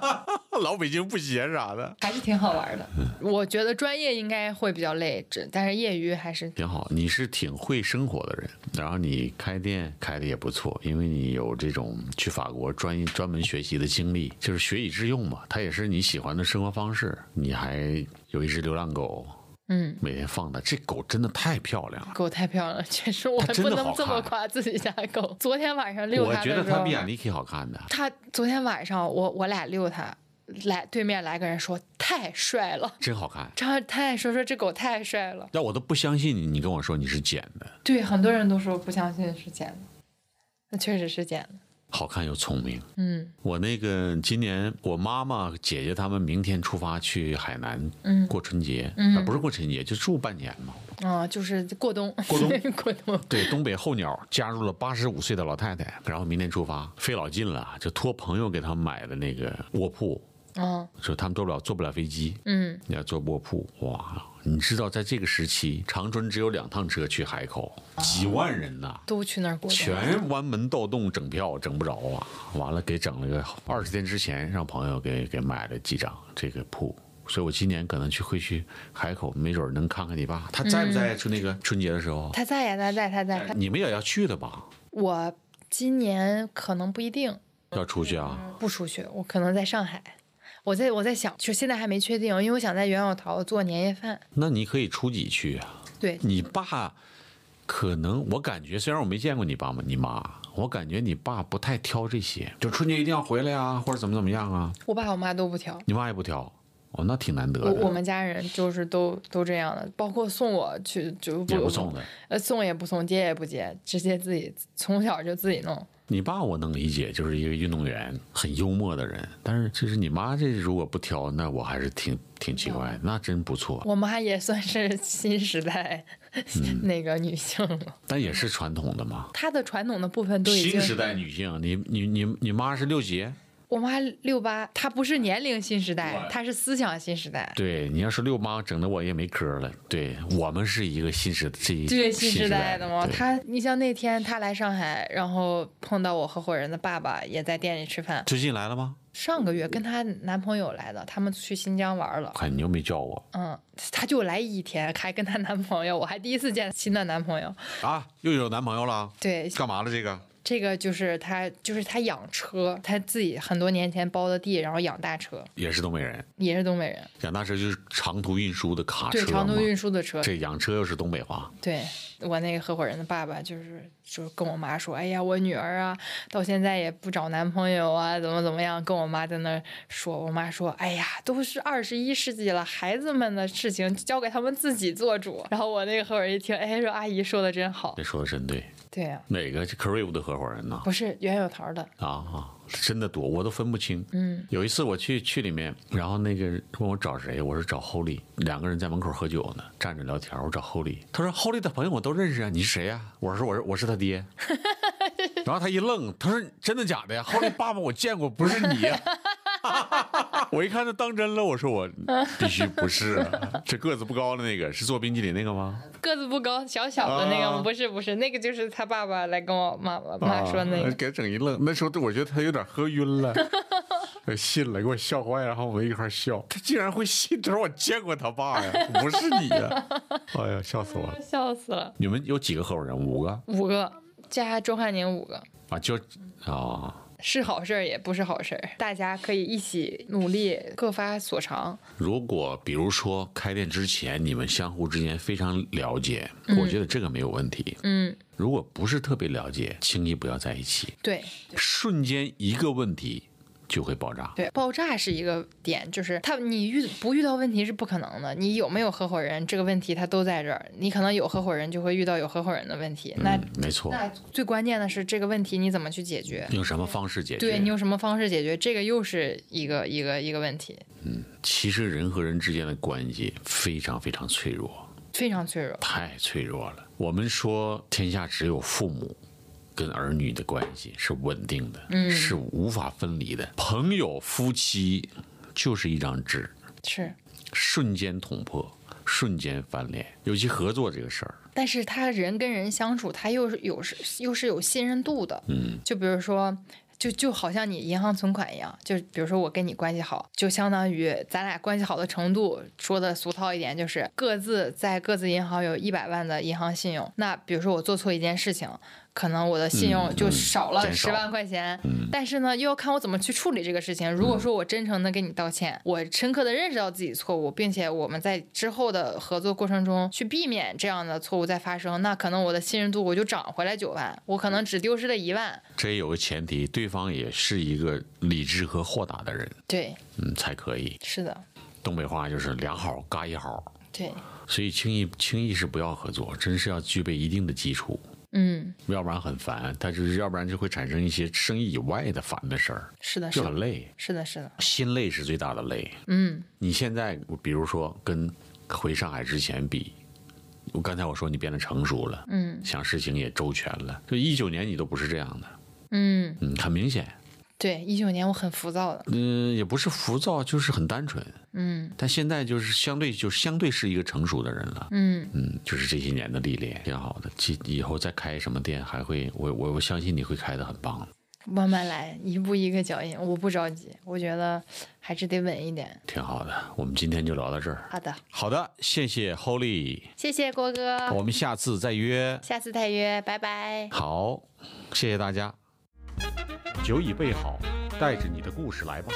Speaker 7: 老北京布鞋啥的，
Speaker 2: 还是挺好玩的。我觉得专业应该会比较累，只但是业余还是
Speaker 1: 挺好，你是挺会生活的人，然后你开店开的也不错，因为你有这种去法国专专门学习的经历，就是学以致用嘛。它也是你喜欢的生活方式。你还有一只流浪狗，
Speaker 2: 嗯。
Speaker 1: 每天放的，这狗真的太漂亮了。
Speaker 2: 狗太漂亮了，确实我
Speaker 1: 它真
Speaker 2: 不
Speaker 1: 的
Speaker 2: 能
Speaker 1: 好
Speaker 2: 这么
Speaker 1: 看
Speaker 2: 夸自己家狗。昨天晚上遛
Speaker 1: 我
Speaker 2: 它的
Speaker 1: 觉
Speaker 2: 时候，
Speaker 1: 得它比雅尼克好看的。
Speaker 2: 他昨天晚上我我俩遛他，来对面来个人说太帅了， [laughs]
Speaker 1: 真好看，
Speaker 2: 张太说说这狗太帅了。
Speaker 1: 但我都不相信你，你跟我说你是剪的，
Speaker 2: 对，很多人都说不相信是捡的，那确实是捡的。
Speaker 1: 好看又聪明。
Speaker 2: 嗯
Speaker 1: 我那个今年我妈妈姐姐她们明天出发去海南
Speaker 2: 嗯
Speaker 1: 过春节，
Speaker 2: 嗯
Speaker 1: 啊不是过春节就住半年嘛。
Speaker 2: 啊、就是过冬，过冬， [laughs] 过冬。
Speaker 1: 对，东北候鸟加入了八十五岁的老太太，然后明天出发，费老劲了，就托朋友给他买的那个卧铺，
Speaker 2: 嗯
Speaker 1: 说他们坐不了坐不了飞机，
Speaker 2: 嗯，
Speaker 1: 你要坐卧铺，哇！你知道在这个时期，长春只有两趟车去海口，几万人呐、
Speaker 2: 都去啊那儿过冬。
Speaker 1: 全弯门盗洞整票整不着啊！完了给整了个二十天之前让朋友给给买了几张这个铺，所以我今年可能去会去海口，没准能看看你爸，他在不在？就那个春节的时候，
Speaker 2: 他在呀，他在，他在。他
Speaker 1: 你们也要去的吧？
Speaker 2: 我今年可能不一定
Speaker 1: 要出去啊？
Speaker 2: 不出去，我可能在上海。我在我在想，就现在还没确定，因为我想在袁小桃做年夜饭。
Speaker 1: 那你可以初几去啊？
Speaker 2: 对，
Speaker 1: 你爸可能我感觉，虽然我没见过你爸嘛，你妈，我感觉你爸不太挑这些，就春节一定要回来啊，或者怎么怎么样啊。
Speaker 2: 我爸我妈都不挑。
Speaker 1: 你妈也不挑，哦，那挺难得
Speaker 2: 我我
Speaker 1: 的，
Speaker 2: 们家人就是都都这样的，包括送我去就
Speaker 1: 也不送的。
Speaker 2: 呃，送也不送，接也不接，直接自己从小就自己弄。
Speaker 1: 你爸我能理解，就是一个运动员，很幽默的人。但是就是你妈这如果不挑，那我还是挺挺奇怪的，那真不错，
Speaker 2: 我妈也算是新时代
Speaker 1: 嗯
Speaker 2: [laughs] 那个女性了，
Speaker 1: 但也是传统的嘛。
Speaker 2: 她的传统的部分都已
Speaker 1: 新
Speaker 2: 经。
Speaker 1: 时代女性，你你你你妈是六节，
Speaker 2: 我妈六八，她不是年龄新时代，她是思想新时代。
Speaker 1: 对你要是六妈，整的我也没嗑儿了。对我们是一个新时这一
Speaker 2: 对新时
Speaker 1: 代
Speaker 2: 代的嘛，
Speaker 1: 对
Speaker 2: 她你像那天她来上海，然后碰到我合伙人的爸爸也在店里吃饭。
Speaker 1: 最近来了吗？
Speaker 2: 上个月跟她男朋友来的，他们去新疆玩了。
Speaker 1: 看你又没叫我
Speaker 2: 嗯，她就来一天，还跟她男朋友，我还第一次见新的男朋友。
Speaker 1: 啊，又有男朋友了？
Speaker 2: 对，
Speaker 1: 干嘛了？这个
Speaker 2: 这个就是她，就是她养车，她自己很多年前包的地，然后养大车，
Speaker 1: 也是东北人，
Speaker 2: 也是东北人，
Speaker 1: 养大车就是长途运输的卡车
Speaker 2: 对，长途
Speaker 1: 嘛
Speaker 2: 运输的车。
Speaker 1: 这养车又是东北话，
Speaker 2: 对我那个合伙人的爸爸，就是就是跟我妈说，哎呀，我女儿啊，到现在也不找男朋友啊，怎么怎么样，跟我妈在那儿说，我妈说，哎呀，都是二十一世纪了，孩子们的事情交给他们自己做主。然后我那个合伙人一听，哎，说阿姨说的真好
Speaker 1: 这，说的真对。
Speaker 2: 对啊呀、
Speaker 1: 哪个是 Crave 的合伙人呢？
Speaker 2: 不是袁有桃的，
Speaker 1: 啊啊，真的多，我都分不清。
Speaker 2: 嗯，
Speaker 1: 有一次我去去里面，然后那个人问我找谁，我说找 Holy，两个人在门口喝酒呢，站着聊天。我找 Holy，他说 Holy 的朋友我都认识啊，你是谁呀、我说我是我是他爹。然后他一愣，他说真的假的呀？Holy 爸爸我见过，不是你、呀。我一看他当真了，我说我必须不是啊、这个子不高的那个是做冰淇淋那个吗？
Speaker 2: 个子不高，小小的那个，
Speaker 1: 啊
Speaker 2: 不是不是，那个就是他爸爸来跟我妈妈妈说那
Speaker 7: 啊
Speaker 1: 哎 [laughs]
Speaker 2: 个，
Speaker 7: 给整一愣。那时候我觉得他有点喝晕了，呃信了，给我笑坏，然后我们一块儿笑。他竟然会信，这是我见过他爸呀，不是你呀！
Speaker 1: [laughs]
Speaker 7: 哎呀，笑死我了！
Speaker 2: 笑死了。
Speaker 1: 你们有几个合伙人？五个
Speaker 2: 五个加周汉宁五个，
Speaker 1: 啊？就啊，
Speaker 2: 是好事儿也不是好事儿，大家可以一起努力，各发所长。
Speaker 1: 如果比如说开店之前你们相互之间非常了解，
Speaker 7: 嗯
Speaker 1: 我觉得这个没有问题。
Speaker 2: 嗯，
Speaker 1: 如果不是特别了解，轻易不要在一起，
Speaker 2: 对
Speaker 1: 瞬间一个问题就会爆炸。
Speaker 2: 对，爆炸是一个点，就是他你遇不遇到问题是不可能的，你有没有合伙人这个问题它都在这儿，你可能有合伙人就会遇到有合伙人的问题，那
Speaker 1: 嗯，没错，
Speaker 2: 那最关键的是这个问题你怎么去解决？
Speaker 1: 用什么方式解决？
Speaker 2: 对你用什么方式解决？这个又是一个一个一个问题，
Speaker 1: 其实人和人之间的关系非常非常脆弱，
Speaker 2: 非常脆弱。
Speaker 1: 太脆弱了。我们说天下只有父母跟儿女的关系是稳定的，嗯、是无法分离的。朋友、夫妻就是一张纸，
Speaker 2: 是，
Speaker 1: 瞬间捅破，瞬间翻脸。尤其合作这个事儿，
Speaker 2: 但是他人跟人相处，他又是有是又是有信任度的。
Speaker 1: 嗯，
Speaker 2: 就比如说，就就好像你银行存款一样，就比如说我跟你关系好，就相当于咱俩关系好的程度，说的俗套一点，就是各自在各自银行有一百万的银行信用。那比如说我做错一件事情，可能我的信用
Speaker 1: 嗯
Speaker 2: 就
Speaker 1: 嗯
Speaker 2: 少了
Speaker 1: 减
Speaker 2: 十
Speaker 1: 少
Speaker 2: 万块钱，
Speaker 1: 嗯
Speaker 2: 但是呢，又要看我怎么去处理这个事情。如果说我真诚的跟你道歉，我深刻的认识到自己错误，并且我们在之后的合作过程中去避免这样的错误再发生，那可能我的信任度我就涨回来九万，我可能只丢失了一万。
Speaker 1: 这也有个前提，对方也是一个理智和豁达的人，
Speaker 2: 对，
Speaker 1: 嗯，才可以。
Speaker 2: 是的，
Speaker 1: 东北话就是两好嘎一好，
Speaker 2: 对，
Speaker 1: 所以轻易轻易是不要合作，真是要具备一定的基础。
Speaker 2: 嗯，
Speaker 1: 要不然很烦，它就是要不然就会产生一些生意以外的烦的事儿，
Speaker 2: 是的，是
Speaker 1: 就很
Speaker 2: 的，
Speaker 1: 累，
Speaker 2: 是的，是的，
Speaker 1: 心累是最大的累。
Speaker 2: 嗯，
Speaker 1: 你现在比如说跟回上海之前比，我刚才我说你变得成熟了，
Speaker 2: 嗯，
Speaker 1: 想事情也周全了，就一九年你都不是这样的，
Speaker 2: 嗯，
Speaker 1: 嗯，很明显，
Speaker 2: 对，一九年我很浮躁的，
Speaker 1: 嗯、也不是浮躁，就是很单纯，
Speaker 2: 嗯
Speaker 1: 但现在就是相对就相对是一个成熟的人了。
Speaker 2: 嗯，
Speaker 1: 嗯，就是这些年的历练挺好的，其以后再开什么店还会，我我我相信你会开得很棒的。
Speaker 2: 慢慢来，一步一个脚印，我不着急，我觉得还是得稳一点。
Speaker 1: 挺好的，我们今天就聊到这儿。
Speaker 2: 好的，
Speaker 1: 好的，谢谢 Holy，
Speaker 2: 谢谢郭哥，
Speaker 1: 我们下次再约。
Speaker 2: 下次再约，拜拜。
Speaker 1: 好，谢谢大家。酒已备好，带着你的故事来吧。